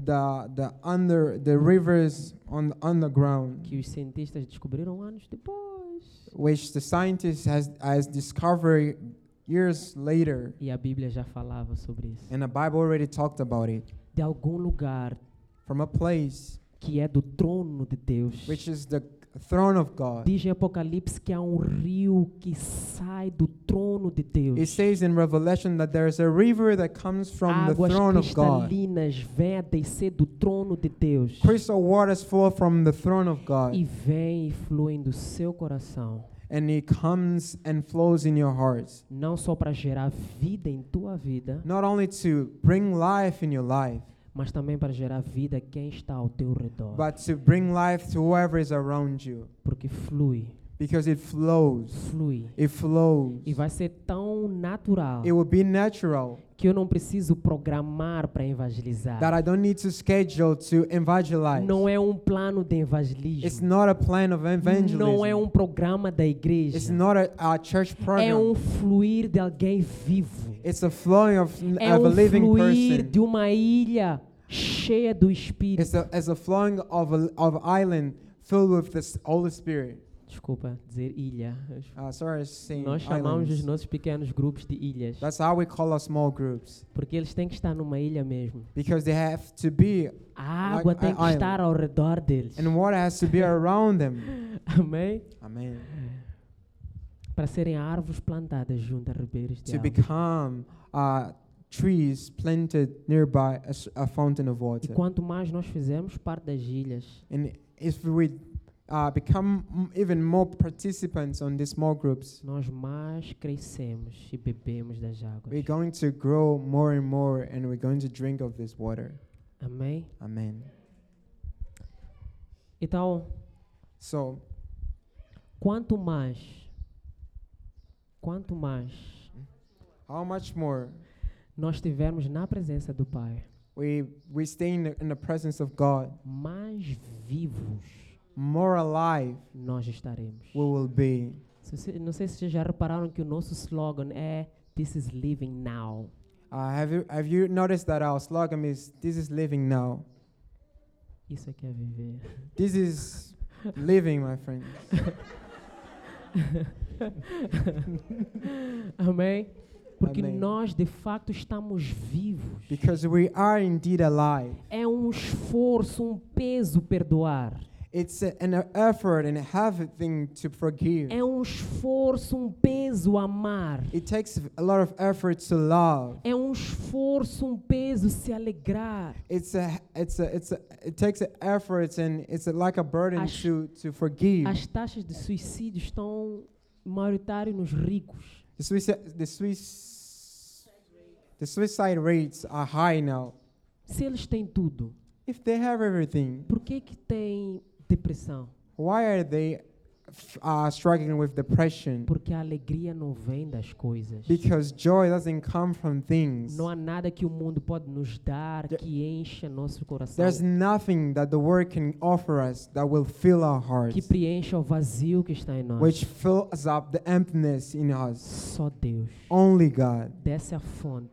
[SPEAKER 2] the, under, the rivers on underground,
[SPEAKER 1] que os cientistas descobriram anos depois.
[SPEAKER 2] which the scientist has, has discovered years later.
[SPEAKER 1] E a Bíblia já falava sobre isso.
[SPEAKER 2] And the Bible already talked about it.
[SPEAKER 1] De algum lugar
[SPEAKER 2] From a place
[SPEAKER 1] que é do trono de Deus,
[SPEAKER 2] which is the, the throne of God.
[SPEAKER 1] Diz em Apocalipse que há um rio que sai do trono de
[SPEAKER 2] It
[SPEAKER 1] Deus.
[SPEAKER 2] says in Revelation that there is a river that comes from the
[SPEAKER 1] Águas
[SPEAKER 2] throne of God.
[SPEAKER 1] cristalinas vêm a descer do trono de Deus
[SPEAKER 2] Crystal waters flow from the throne of
[SPEAKER 1] e
[SPEAKER 2] God,
[SPEAKER 1] vêm e fluem do seu coração,
[SPEAKER 2] and it comes and flows in your hearts.
[SPEAKER 1] não só para gerar vida em tua vida,
[SPEAKER 2] Not only to bring life in your life,
[SPEAKER 1] mas também para gerar vida a quem está ao teu redor,
[SPEAKER 2] but to bring life to whoever is around you
[SPEAKER 1] porque flui,
[SPEAKER 2] because it flows.
[SPEAKER 1] flui.
[SPEAKER 2] It flows.
[SPEAKER 1] E vai ser tão natural
[SPEAKER 2] It will be natural
[SPEAKER 1] que eu não preciso programar para evangelizar.
[SPEAKER 2] that I don't need to schedule to evangelize.
[SPEAKER 1] Não é um plano de
[SPEAKER 2] It's
[SPEAKER 1] evangelismo.
[SPEAKER 2] not a plan of evangelism.
[SPEAKER 1] Não é um programa da
[SPEAKER 2] It's
[SPEAKER 1] igreja.
[SPEAKER 2] not a, a church program.
[SPEAKER 1] É um fluir de alguém vivo.
[SPEAKER 2] It's a flowing of,
[SPEAKER 1] É
[SPEAKER 2] of a
[SPEAKER 1] um
[SPEAKER 2] living
[SPEAKER 1] fluir de
[SPEAKER 2] person.
[SPEAKER 1] uma ilha cheia do Espírito.
[SPEAKER 2] It's a, it's a flowing of a, of island filled with the Holy Spirit.
[SPEAKER 1] Desculpa dizer ilha.
[SPEAKER 2] Uh, sorry, I was saying
[SPEAKER 1] Nós chamamos os
[SPEAKER 2] islands.
[SPEAKER 1] nossos pequenos grupos de ilhas.
[SPEAKER 2] That's how we call our small groups
[SPEAKER 1] Porque eles têm que estar numa ilha mesmo.
[SPEAKER 2] because they have to be
[SPEAKER 1] A água
[SPEAKER 2] Like
[SPEAKER 1] tem
[SPEAKER 2] an
[SPEAKER 1] que
[SPEAKER 2] island.
[SPEAKER 1] estar ao redor deles.
[SPEAKER 2] and water has to be around them.
[SPEAKER 1] Amém?
[SPEAKER 2] Amen.
[SPEAKER 1] Para serem árvores plantadas junto a ribeiros de
[SPEAKER 2] To
[SPEAKER 1] água.
[SPEAKER 2] become uh, trees planted nearby a, s- a fountain of
[SPEAKER 1] E
[SPEAKER 2] water.
[SPEAKER 1] quanto mais nós fizermos parte das ilhas,
[SPEAKER 2] And if we uh, become m- even more participants on these small groups,
[SPEAKER 1] nós mais crescemos e bebemos das águas.
[SPEAKER 2] we're going to grow more and more and we're going to drink of this water.
[SPEAKER 1] Amém?
[SPEAKER 2] Amen.
[SPEAKER 1] Então,
[SPEAKER 2] So,
[SPEAKER 1] quanto mais, quanto mais
[SPEAKER 2] how much more
[SPEAKER 1] nós estivermos na presença do Pai,
[SPEAKER 2] we, we stay in the, in the presence of God,
[SPEAKER 1] mais vivos
[SPEAKER 2] more alive
[SPEAKER 1] nós estaremos.
[SPEAKER 2] we will be.
[SPEAKER 1] Se você- Não sei se vocês já repararam que o nosso slogan é This is living now.
[SPEAKER 2] Uh, have, you, have you noticed that our slogan is This is living now?
[SPEAKER 1] Isso é que é viver.
[SPEAKER 2] This is living, my friends.
[SPEAKER 1] Amém? Porque
[SPEAKER 2] Amém.
[SPEAKER 1] nós de facto estamos vivos.
[SPEAKER 2] Because we are indeed alive.
[SPEAKER 1] É um esforço, um peso perdoar.
[SPEAKER 2] It's a- an effort and a habit thing to forgive.
[SPEAKER 1] É um esforço, um peso amar.
[SPEAKER 2] It takes a lot of effort to love.
[SPEAKER 1] É um esforço, um peso se alegrar.
[SPEAKER 2] It's a, it's a, it's a, it takes an effort and it's a, like a burden
[SPEAKER 1] As-
[SPEAKER 2] to, to forgive.
[SPEAKER 1] As taxas de suicídio estão maioritárias nos ricos.
[SPEAKER 2] The suicide, the Swiss, the suicide rates are high now.
[SPEAKER 1] Se eles têm tudo,
[SPEAKER 2] If they have everything,
[SPEAKER 1] por que que têm depressão?
[SPEAKER 2] why are they f- uh, struggling with depression?
[SPEAKER 1] Porque a alegria não vem das coisas.
[SPEAKER 2] Because joy doesn't come from things.
[SPEAKER 1] Não há nada que o mundo pode nos dar
[SPEAKER 2] There-
[SPEAKER 1] que encha nosso coração,
[SPEAKER 2] There's nothing that the world can offer us that will fill our
[SPEAKER 1] que
[SPEAKER 2] hearts,
[SPEAKER 1] preencha o vazio que está em nós.
[SPEAKER 2] which fills up the emptiness in us.
[SPEAKER 1] Só Deus.
[SPEAKER 2] Only God.
[SPEAKER 1] Desce a fonte,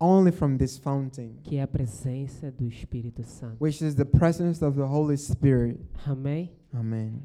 [SPEAKER 2] only from this fountain,
[SPEAKER 1] que é a presença do Espírito Santo.
[SPEAKER 2] which is the presence of the Holy Spirit.
[SPEAKER 1] Amém?
[SPEAKER 2] Amen.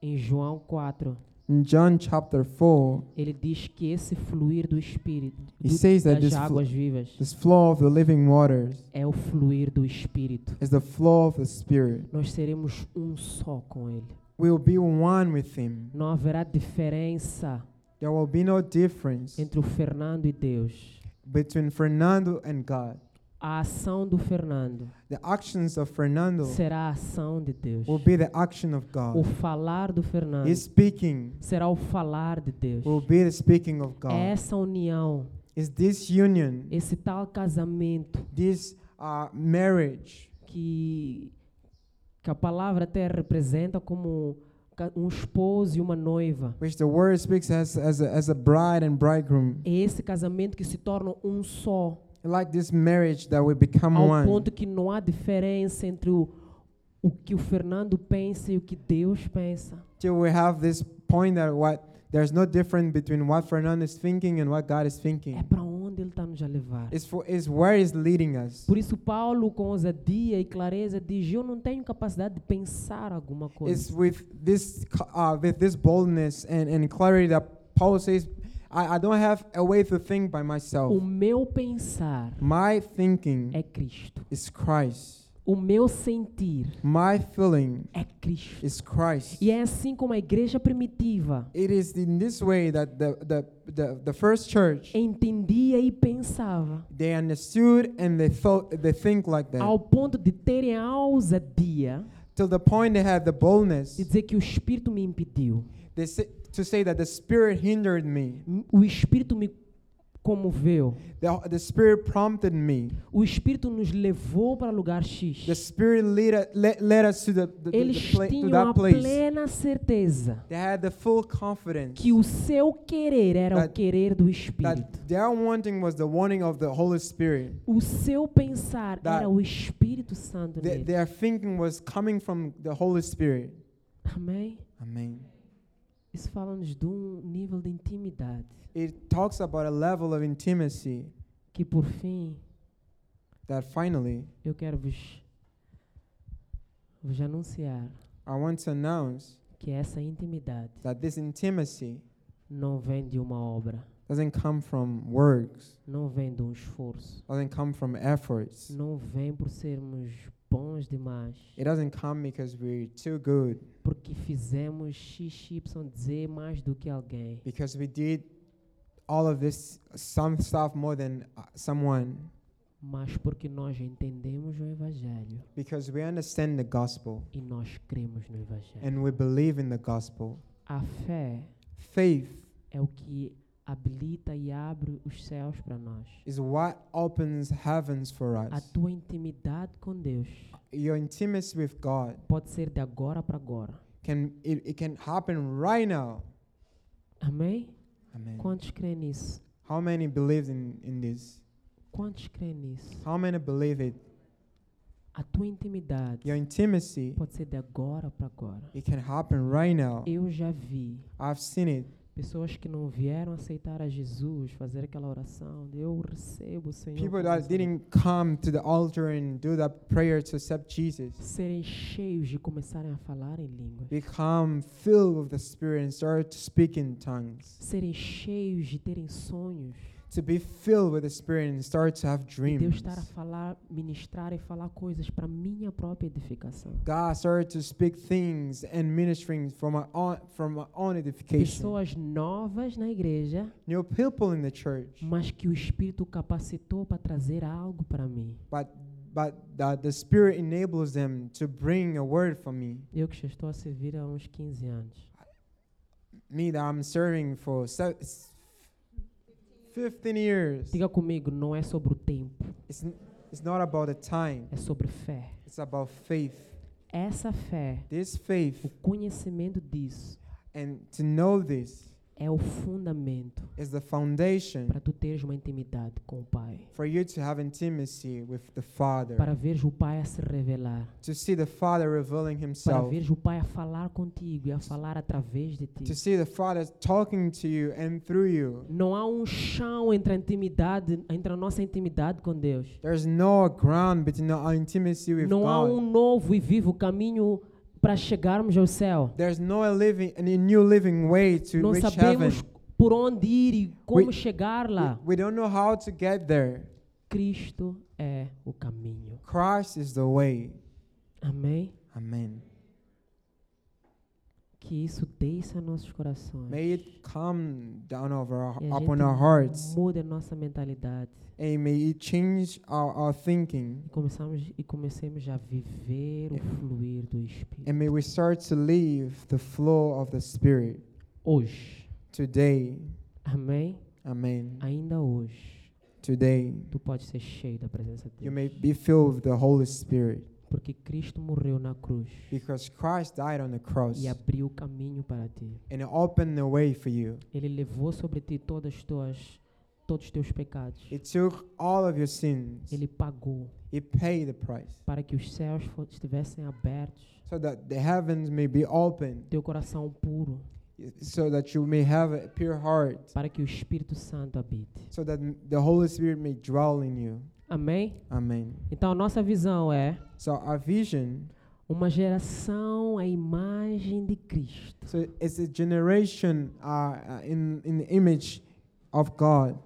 [SPEAKER 1] Em João 4,
[SPEAKER 2] In John chapter 4,
[SPEAKER 1] ele diz que esse fluir do Espírito,
[SPEAKER 2] He
[SPEAKER 1] do-
[SPEAKER 2] says that
[SPEAKER 1] das
[SPEAKER 2] this flu-
[SPEAKER 1] águas vivas,
[SPEAKER 2] this flow of the living waters
[SPEAKER 1] é o fluir do Espírito.
[SPEAKER 2] is the flow of the Spirit.
[SPEAKER 1] Nós seremos um só com Ele.
[SPEAKER 2] We will be one with Him.
[SPEAKER 1] Não haverá diferença
[SPEAKER 2] There will be no difference
[SPEAKER 1] entre o Fernando e Deus.
[SPEAKER 2] between Fernando and God.
[SPEAKER 1] A ação do Fernando
[SPEAKER 2] The actions of Fernando
[SPEAKER 1] será a ação de Deus.
[SPEAKER 2] will be the action of
[SPEAKER 1] O
[SPEAKER 2] God.
[SPEAKER 1] falar do Fernando
[SPEAKER 2] His speaking
[SPEAKER 1] será o falar de Deus.
[SPEAKER 2] will be the speaking of
[SPEAKER 1] É
[SPEAKER 2] God.
[SPEAKER 1] essa união,
[SPEAKER 2] It's this union,
[SPEAKER 1] esse tal casamento
[SPEAKER 2] this uh, marriage
[SPEAKER 1] que, que a palavra até representa como ca- um esposo e uma noiva.
[SPEAKER 2] which the word speaks as, as, a, as a bride and bridegroom.
[SPEAKER 1] É esse casamento que se torna um só,
[SPEAKER 2] Like this marriage that we become
[SPEAKER 1] ao
[SPEAKER 2] one.
[SPEAKER 1] ponto que não há diferença entre o, o que o Fernando pensa e o que Deus pensa.
[SPEAKER 2] Till we have this point that what there's no difference between what Fernando is thinking and what God is
[SPEAKER 1] É
[SPEAKER 2] thinking.
[SPEAKER 1] para onde ele está nos a levar.
[SPEAKER 2] It's for is where is leading us.
[SPEAKER 1] Por isso Paulo, com ousadia e clareza, diz: Eu não tenho capacidade de pensar alguma
[SPEAKER 2] It's
[SPEAKER 1] coisa.
[SPEAKER 2] with this c- uh, with this boldness and, and clarity that Paul says, I, I don't have a way to think by myself.
[SPEAKER 1] O meu pensar
[SPEAKER 2] My thinking
[SPEAKER 1] é Cristo.
[SPEAKER 2] is Christ.
[SPEAKER 1] O meu sentir
[SPEAKER 2] My feeling
[SPEAKER 1] é Cristo.
[SPEAKER 2] is Christ.
[SPEAKER 1] E é assim como a igreja primitiva
[SPEAKER 2] It is in this way that the, the, the, the first church,
[SPEAKER 1] entendia e pensava,
[SPEAKER 2] they understood and they thought they think like that.
[SPEAKER 1] ao ponto de terem a ousadia
[SPEAKER 2] Till the point they had the boldness
[SPEAKER 1] de dizer que o Espírito me impediu.
[SPEAKER 2] they say, to say that the Spirit hindered me.
[SPEAKER 1] O Espírito me comoveu.
[SPEAKER 2] The, the Spirit prompted me.
[SPEAKER 1] O Espírito nos levou para lugar X.
[SPEAKER 2] The Spirit led, us- led, led us to, the, the, the,
[SPEAKER 1] Eles
[SPEAKER 2] the pla- to
[SPEAKER 1] tinham
[SPEAKER 2] that
[SPEAKER 1] a
[SPEAKER 2] place.
[SPEAKER 1] plena certeza
[SPEAKER 2] They had the full confidence
[SPEAKER 1] que o seu querer era o
[SPEAKER 2] That-
[SPEAKER 1] querer do Espírito.
[SPEAKER 2] that their wanting was the wanting of the Holy Spirit.
[SPEAKER 1] O seu pensar
[SPEAKER 2] that-
[SPEAKER 1] era o Espírito Santo
[SPEAKER 2] Th-
[SPEAKER 1] nele.
[SPEAKER 2] their thinking was coming from the Holy Spirit.
[SPEAKER 1] Amém?
[SPEAKER 2] Amen.
[SPEAKER 1] Isso fala-nos de um nível de intimidade
[SPEAKER 2] It talks about a level of intimacy
[SPEAKER 1] que, por fim,
[SPEAKER 2] that finally
[SPEAKER 1] eu quero vos, vos anunciar
[SPEAKER 2] I want to announce
[SPEAKER 1] que essa intimidade
[SPEAKER 2] that this intimacy
[SPEAKER 1] não vem de uma obra,
[SPEAKER 2] doesn't come from works,
[SPEAKER 1] não vem de um esforço,
[SPEAKER 2] doesn't come from efforts.
[SPEAKER 1] não vem por sermos bons demais,
[SPEAKER 2] It doesn't come because we're too good,
[SPEAKER 1] porque fizemos XYZ mais do que alguém.
[SPEAKER 2] because we did all of this some stuff more than uh, someone,
[SPEAKER 1] mas porque nós entendemos o Evangelho
[SPEAKER 2] because we understand the gospel
[SPEAKER 1] e nós cremos no Evangelho.
[SPEAKER 2] and we believe in the gospel.
[SPEAKER 1] a fé
[SPEAKER 2] Faith
[SPEAKER 1] é o que habilita e abre os céus para nós.
[SPEAKER 2] is what opens heavens for
[SPEAKER 1] A
[SPEAKER 2] us.
[SPEAKER 1] tua intimidade com Deus
[SPEAKER 2] Your intimacy with God
[SPEAKER 1] pode ser de agora para agora.
[SPEAKER 2] can it, it can happen right now.
[SPEAKER 1] Amém?
[SPEAKER 2] Amen.
[SPEAKER 1] Quantos creem nisso?
[SPEAKER 2] How many believes in, in this?
[SPEAKER 1] Quantos creem nisso?
[SPEAKER 2] How many believe it?
[SPEAKER 1] A tua intimidade
[SPEAKER 2] Your intimacy,
[SPEAKER 1] pode ser de agora para agora.
[SPEAKER 2] it can happen right now.
[SPEAKER 1] Eu já vi
[SPEAKER 2] I've seen it.
[SPEAKER 1] pessoas que não vieram aceitar a Jesus fazer aquela oração de eu recebo o Senhor.
[SPEAKER 2] People
[SPEAKER 1] como
[SPEAKER 2] that
[SPEAKER 1] Salvador",
[SPEAKER 2] didn't come to the altar and do that prayer to accept Jesus
[SPEAKER 1] serem cheios de começarem a falar em línguas.
[SPEAKER 2] become filled with the Spirit and start to speak in tongues.
[SPEAKER 1] serem cheios de terem sonhos
[SPEAKER 2] To be filled with the Spirit and start to have
[SPEAKER 1] e Deus
[SPEAKER 2] dreams.
[SPEAKER 1] estar a falar, ministrar e falar coisas para minha própria edificação.
[SPEAKER 2] God started to speak things and ministering from my own, from my own edification.
[SPEAKER 1] Pessoas novas na igreja,
[SPEAKER 2] New people in the church,
[SPEAKER 1] mas que o Espírito capacitou para trazer algo para mim.
[SPEAKER 2] but but that the Spirit enables them to bring a word for me.
[SPEAKER 1] Eu que já estou a servir há uns 15 anos.
[SPEAKER 2] Me that I'm serving for se- s- 15 years.
[SPEAKER 1] Diga comigo, não é sobre o tempo,
[SPEAKER 2] It's, n- it's not about the time.
[SPEAKER 1] é sobre fé.
[SPEAKER 2] It's about faith.
[SPEAKER 1] Essa fé,
[SPEAKER 2] This
[SPEAKER 1] o
[SPEAKER 2] faith
[SPEAKER 1] conhecimento disso,
[SPEAKER 2] and to know this
[SPEAKER 1] é o fundamento
[SPEAKER 2] is the foundation
[SPEAKER 1] para tu teres uma intimidade com o Pai.
[SPEAKER 2] for you to have intimacy with the Father,
[SPEAKER 1] Para veres o Pai a se revelar.
[SPEAKER 2] to see the Father revealing
[SPEAKER 1] para
[SPEAKER 2] Himself,
[SPEAKER 1] veres o Pai a falar contigo e a falar através de
[SPEAKER 2] to
[SPEAKER 1] ti.
[SPEAKER 2] see the Father talking to you and through you.
[SPEAKER 1] Não há um chão entre a intimidade, entre a nossa intimidade com Deus.
[SPEAKER 2] There's no ground between our intimacy with
[SPEAKER 1] Não há um
[SPEAKER 2] God.
[SPEAKER 1] novo e vivo caminho para chegarmos ao céu.
[SPEAKER 2] There's no a living, a new living way to
[SPEAKER 1] Não
[SPEAKER 2] reach heaven.
[SPEAKER 1] sabemos por onde ir e como
[SPEAKER 2] We-
[SPEAKER 1] chegar
[SPEAKER 2] We,
[SPEAKER 1] lá.
[SPEAKER 2] we don't know how to get there.
[SPEAKER 1] Cristo é o caminho.
[SPEAKER 2] Christ is the way.
[SPEAKER 1] Amém?
[SPEAKER 2] Amen.
[SPEAKER 1] Que isso desça a nossos corações.
[SPEAKER 2] May it come down over our,
[SPEAKER 1] E a
[SPEAKER 2] upon
[SPEAKER 1] gente
[SPEAKER 2] our hearts.
[SPEAKER 1] Mude a nossa mentalidade.
[SPEAKER 2] And may it change our, our
[SPEAKER 1] E
[SPEAKER 2] thinking.
[SPEAKER 1] começamos e comecemos a viver o fluir do Espírito.
[SPEAKER 2] And may we start to live the flow of the Spirit
[SPEAKER 1] Hoje.
[SPEAKER 2] today.
[SPEAKER 1] Amém?
[SPEAKER 2] Amen.
[SPEAKER 1] Ainda hoje,
[SPEAKER 2] Today,
[SPEAKER 1] tu pode ser cheio da presença de
[SPEAKER 2] you
[SPEAKER 1] Deus.
[SPEAKER 2] may be filled with the Holy Spirit
[SPEAKER 1] Porque Cristo morreu na cruz
[SPEAKER 2] because Christ died on the cross
[SPEAKER 1] e abriu o caminho para ti.
[SPEAKER 2] and opened the way for you.
[SPEAKER 1] Ele levou sobre ti todas as tuas, todos os teus pecados.
[SPEAKER 2] It took all of your sins,
[SPEAKER 1] Ele pagou
[SPEAKER 2] it paid the price
[SPEAKER 1] para que os céus fo- estivessem abertos,
[SPEAKER 2] so that the heavens may be opened,
[SPEAKER 1] teu coração puro,
[SPEAKER 2] so that you may have a pure heart.
[SPEAKER 1] para que o Espírito Santo habite.
[SPEAKER 2] so that m- the Holy Spirit may dwell in you.
[SPEAKER 1] Amém?
[SPEAKER 2] Amen.
[SPEAKER 1] Então a nossa visão é
[SPEAKER 2] So our vision,
[SPEAKER 1] uma geração à imagem de Cristo,
[SPEAKER 2] so it's a generation uh, uh, in in the image of God,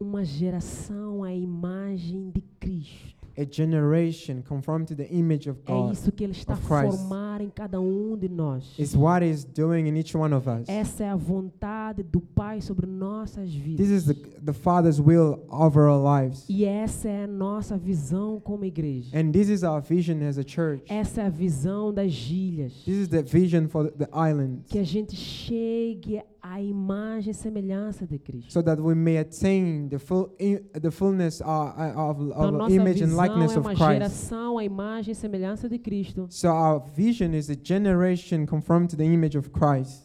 [SPEAKER 1] uma geração à imagem de Cristo,
[SPEAKER 2] a generation conformed to the image of
[SPEAKER 1] É
[SPEAKER 2] God
[SPEAKER 1] isso que Ele está a
[SPEAKER 2] of Christ.
[SPEAKER 1] formar em cada um de nós.
[SPEAKER 2] is what He's doing in each one of us.
[SPEAKER 1] Essa é a vontade do Pai sobre nossas
[SPEAKER 2] This
[SPEAKER 1] vidas.
[SPEAKER 2] is the, the Father's will over our lives.
[SPEAKER 1] E essa é a nossa visão como igreja.
[SPEAKER 2] And this is our vision as a church.
[SPEAKER 1] Essa é a visão das gilhas.
[SPEAKER 2] This is the vision for the islands,
[SPEAKER 1] Que a gente chegue à imagem e semelhança de Cristo.
[SPEAKER 2] so that we may attain the full i- the fullness uh, uh, of,
[SPEAKER 1] Então,
[SPEAKER 2] of
[SPEAKER 1] nossa
[SPEAKER 2] image and
[SPEAKER 1] visão
[SPEAKER 2] likeness
[SPEAKER 1] é
[SPEAKER 2] of
[SPEAKER 1] uma
[SPEAKER 2] Christ.
[SPEAKER 1] geração à imagem e semelhança de Cristo.
[SPEAKER 2] So our vision is a generation conformed to the image of Christ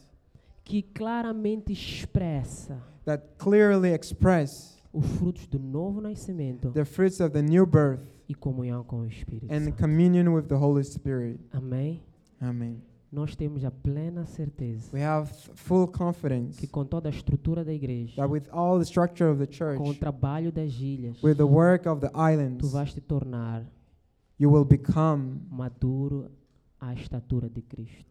[SPEAKER 1] Que claramente expressa
[SPEAKER 2] that clearly express
[SPEAKER 1] os frutos do novo nascimento
[SPEAKER 2] the fruits of the new birth
[SPEAKER 1] e comunhão com o Espírito
[SPEAKER 2] and
[SPEAKER 1] Santo.
[SPEAKER 2] communion with the Holy Spirit.
[SPEAKER 1] Amém?
[SPEAKER 2] Amen.
[SPEAKER 1] Nós temos a plena certeza
[SPEAKER 2] We have full confidence
[SPEAKER 1] que com toda a estrutura da igreja,
[SPEAKER 2] that with all the structure of the church,
[SPEAKER 1] com o trabalho das ilhas,
[SPEAKER 2] with the work of the
[SPEAKER 1] tu
[SPEAKER 2] islands,
[SPEAKER 1] vais te tornar
[SPEAKER 2] you will become
[SPEAKER 1] maduro à estatura de Cristo.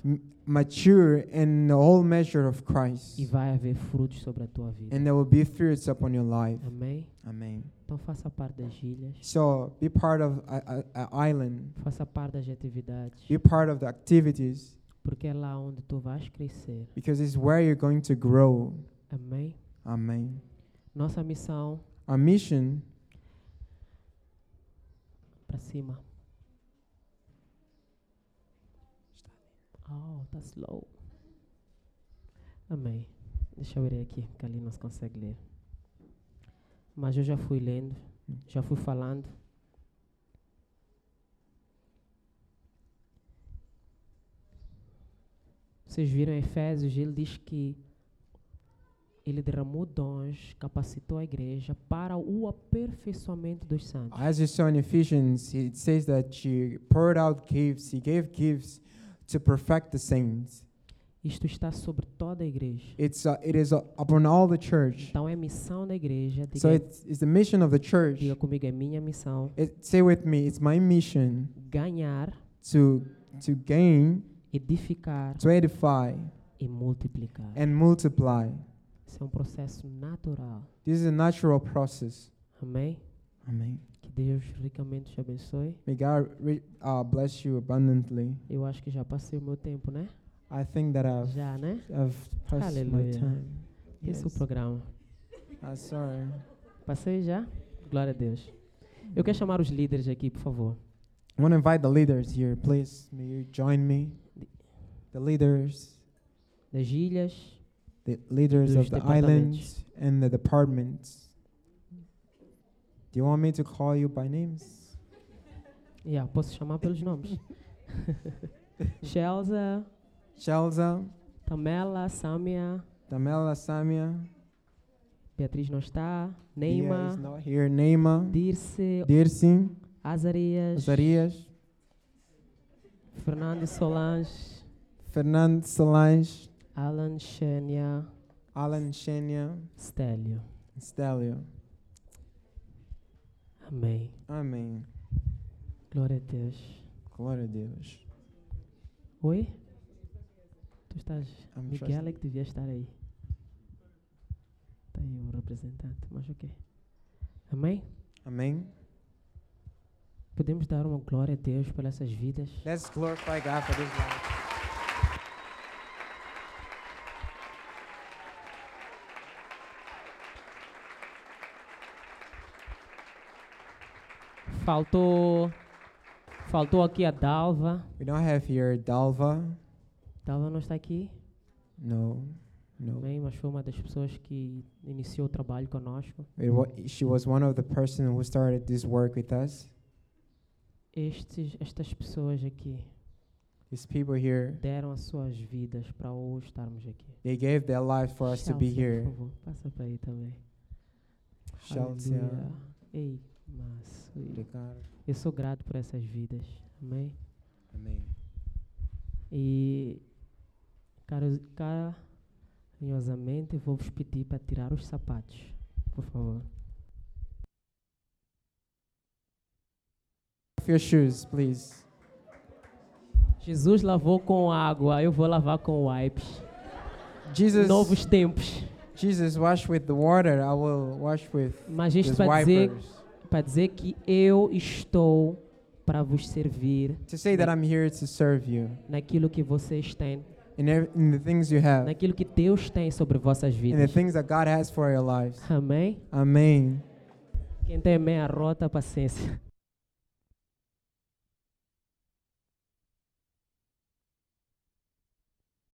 [SPEAKER 2] mature in the whole measure of Christ,
[SPEAKER 1] E vai haver frutos sobre a tua vida.
[SPEAKER 2] and there will be fruits upon your life.
[SPEAKER 1] Amém?
[SPEAKER 2] Amen.
[SPEAKER 1] Então faça parte das ilhas,
[SPEAKER 2] So be part of a, a, a island,
[SPEAKER 1] faça parte das atividades,
[SPEAKER 2] be part of the activities,
[SPEAKER 1] porque é lá onde tu vais crescer.
[SPEAKER 2] because it's where you're going to grow.
[SPEAKER 1] Amém?
[SPEAKER 2] Amen.
[SPEAKER 1] Nossa missão
[SPEAKER 2] Our mission
[SPEAKER 1] para cima. Oh, tá slow. Amém. Deixa eu ler aqui, que ali nós consegue ler. Mas eu já fui lendo, já fui falando. Vocês viram em Efésios, ele diz que ele derramou dons, capacitou a igreja para o aperfeiçoamento dos santos.
[SPEAKER 2] As you saw in Ephesians, it says that she poured out gifts, he gave gifts to perfect the saints.
[SPEAKER 1] Isto está sobre toda a igreja.
[SPEAKER 2] It's uh, it is uh, upon all the church.
[SPEAKER 1] Então é missão da igreja. Diga,
[SPEAKER 2] So it's, it's the mission of the church.
[SPEAKER 1] diga comigo, é minha missão
[SPEAKER 2] It, say with me, it's my mission
[SPEAKER 1] ganhar,
[SPEAKER 2] to to gain,
[SPEAKER 1] edificar
[SPEAKER 2] to edify,
[SPEAKER 1] e multiplicar.
[SPEAKER 2] and multiply.
[SPEAKER 1] Isso é um processo natural.
[SPEAKER 2] This is a natural process.
[SPEAKER 1] Amém?
[SPEAKER 2] Amen.
[SPEAKER 1] Que Deus ricamente te abençoe.
[SPEAKER 2] May God re- uh, bless you abundantly.
[SPEAKER 1] Eu acho que já passei o meu tempo, né?
[SPEAKER 2] I think that I've
[SPEAKER 1] Já, né?
[SPEAKER 2] I've passed my
[SPEAKER 1] Hallelujah.
[SPEAKER 2] time.
[SPEAKER 1] Esse é o programa.
[SPEAKER 2] I'm sorry.
[SPEAKER 1] Passei já? Glória a Deus. Eu quero chamar os líderes aqui, por favor.
[SPEAKER 2] I want to invite the leaders here, please. May you join me. The leaders,
[SPEAKER 1] Das ilhas,
[SPEAKER 2] the leaders
[SPEAKER 1] Dos
[SPEAKER 2] of the
[SPEAKER 1] departamentos.
[SPEAKER 2] islands and the departments. Do you want me to call you by names?
[SPEAKER 1] yeah, posso chamar pelos nomes. Shelza,
[SPEAKER 2] Shelza,
[SPEAKER 1] Tamela, Samia,
[SPEAKER 2] Damela, Samia.
[SPEAKER 1] Beatriz não está,
[SPEAKER 2] Dia
[SPEAKER 1] Neima,
[SPEAKER 2] is not here. Neima,
[SPEAKER 1] Dirce,
[SPEAKER 2] Dirce,
[SPEAKER 1] Azarias,
[SPEAKER 2] Zarias,
[SPEAKER 1] Fernando Solange,
[SPEAKER 2] Fernando Solange,
[SPEAKER 1] Alan Xenia,
[SPEAKER 2] Alan Shenya,
[SPEAKER 1] Stélio.
[SPEAKER 2] Stelio.
[SPEAKER 1] Amém.
[SPEAKER 2] Amém.
[SPEAKER 1] Glória a Deus.
[SPEAKER 2] Glória a Deus.
[SPEAKER 1] Oi? Tu estás.
[SPEAKER 2] I'm
[SPEAKER 1] Miguel é que devia estar aí. Está aí o representante, mas ok. Amém?
[SPEAKER 2] trust- Amém.
[SPEAKER 1] Podemos dar uma glória a Deus pelas essas vidas.
[SPEAKER 2] Let's glorify God for this life.
[SPEAKER 1] Faltou. Faltou aqui a Dalva.
[SPEAKER 2] We don't have here Dalva.
[SPEAKER 1] Dalva não está aqui.
[SPEAKER 2] No, no.
[SPEAKER 1] Amém, mas foi uma das pessoas que iniciou o trabalho conosco.
[SPEAKER 2] It wa- she was one of the person who started this work with us.
[SPEAKER 1] Estes, estas pessoas aqui
[SPEAKER 2] These people here,
[SPEAKER 1] deram as suas vidas para hoje estarmos aqui.
[SPEAKER 2] they gave their life for us to be
[SPEAKER 1] Chelsea,
[SPEAKER 2] here.
[SPEAKER 1] Por favor, passa para aí também.
[SPEAKER 2] Chelsea.
[SPEAKER 1] Aleluia. Ei, mas
[SPEAKER 2] Obrigado.
[SPEAKER 1] eu sou grato por essas vidas. Amém?
[SPEAKER 2] Amém.
[SPEAKER 1] E, caros- carinhosamente, vou vos pedir para tirar os sapatos, por favor.
[SPEAKER 2] Off your shoes, please.
[SPEAKER 1] Jesus lavou com água, eu vou lavar com wipes.
[SPEAKER 2] Jesus.
[SPEAKER 1] Novos tempos.
[SPEAKER 2] Jesus, wash with the water. I will wash with
[SPEAKER 1] Mas
[SPEAKER 2] these
[SPEAKER 1] isto para dizer
[SPEAKER 2] wipers.
[SPEAKER 1] para dizer que eu estou para vos servir
[SPEAKER 2] to say that I'm here to serve you
[SPEAKER 1] naquilo que vocês têm,
[SPEAKER 2] in, ev- in the things you have,
[SPEAKER 1] naquilo que Deus tem sobre vossas
[SPEAKER 2] in the
[SPEAKER 1] vidas.
[SPEAKER 2] things that God has for your lives.
[SPEAKER 1] Amém?
[SPEAKER 2] Amém.
[SPEAKER 1] Quem tem meia rota, paciência.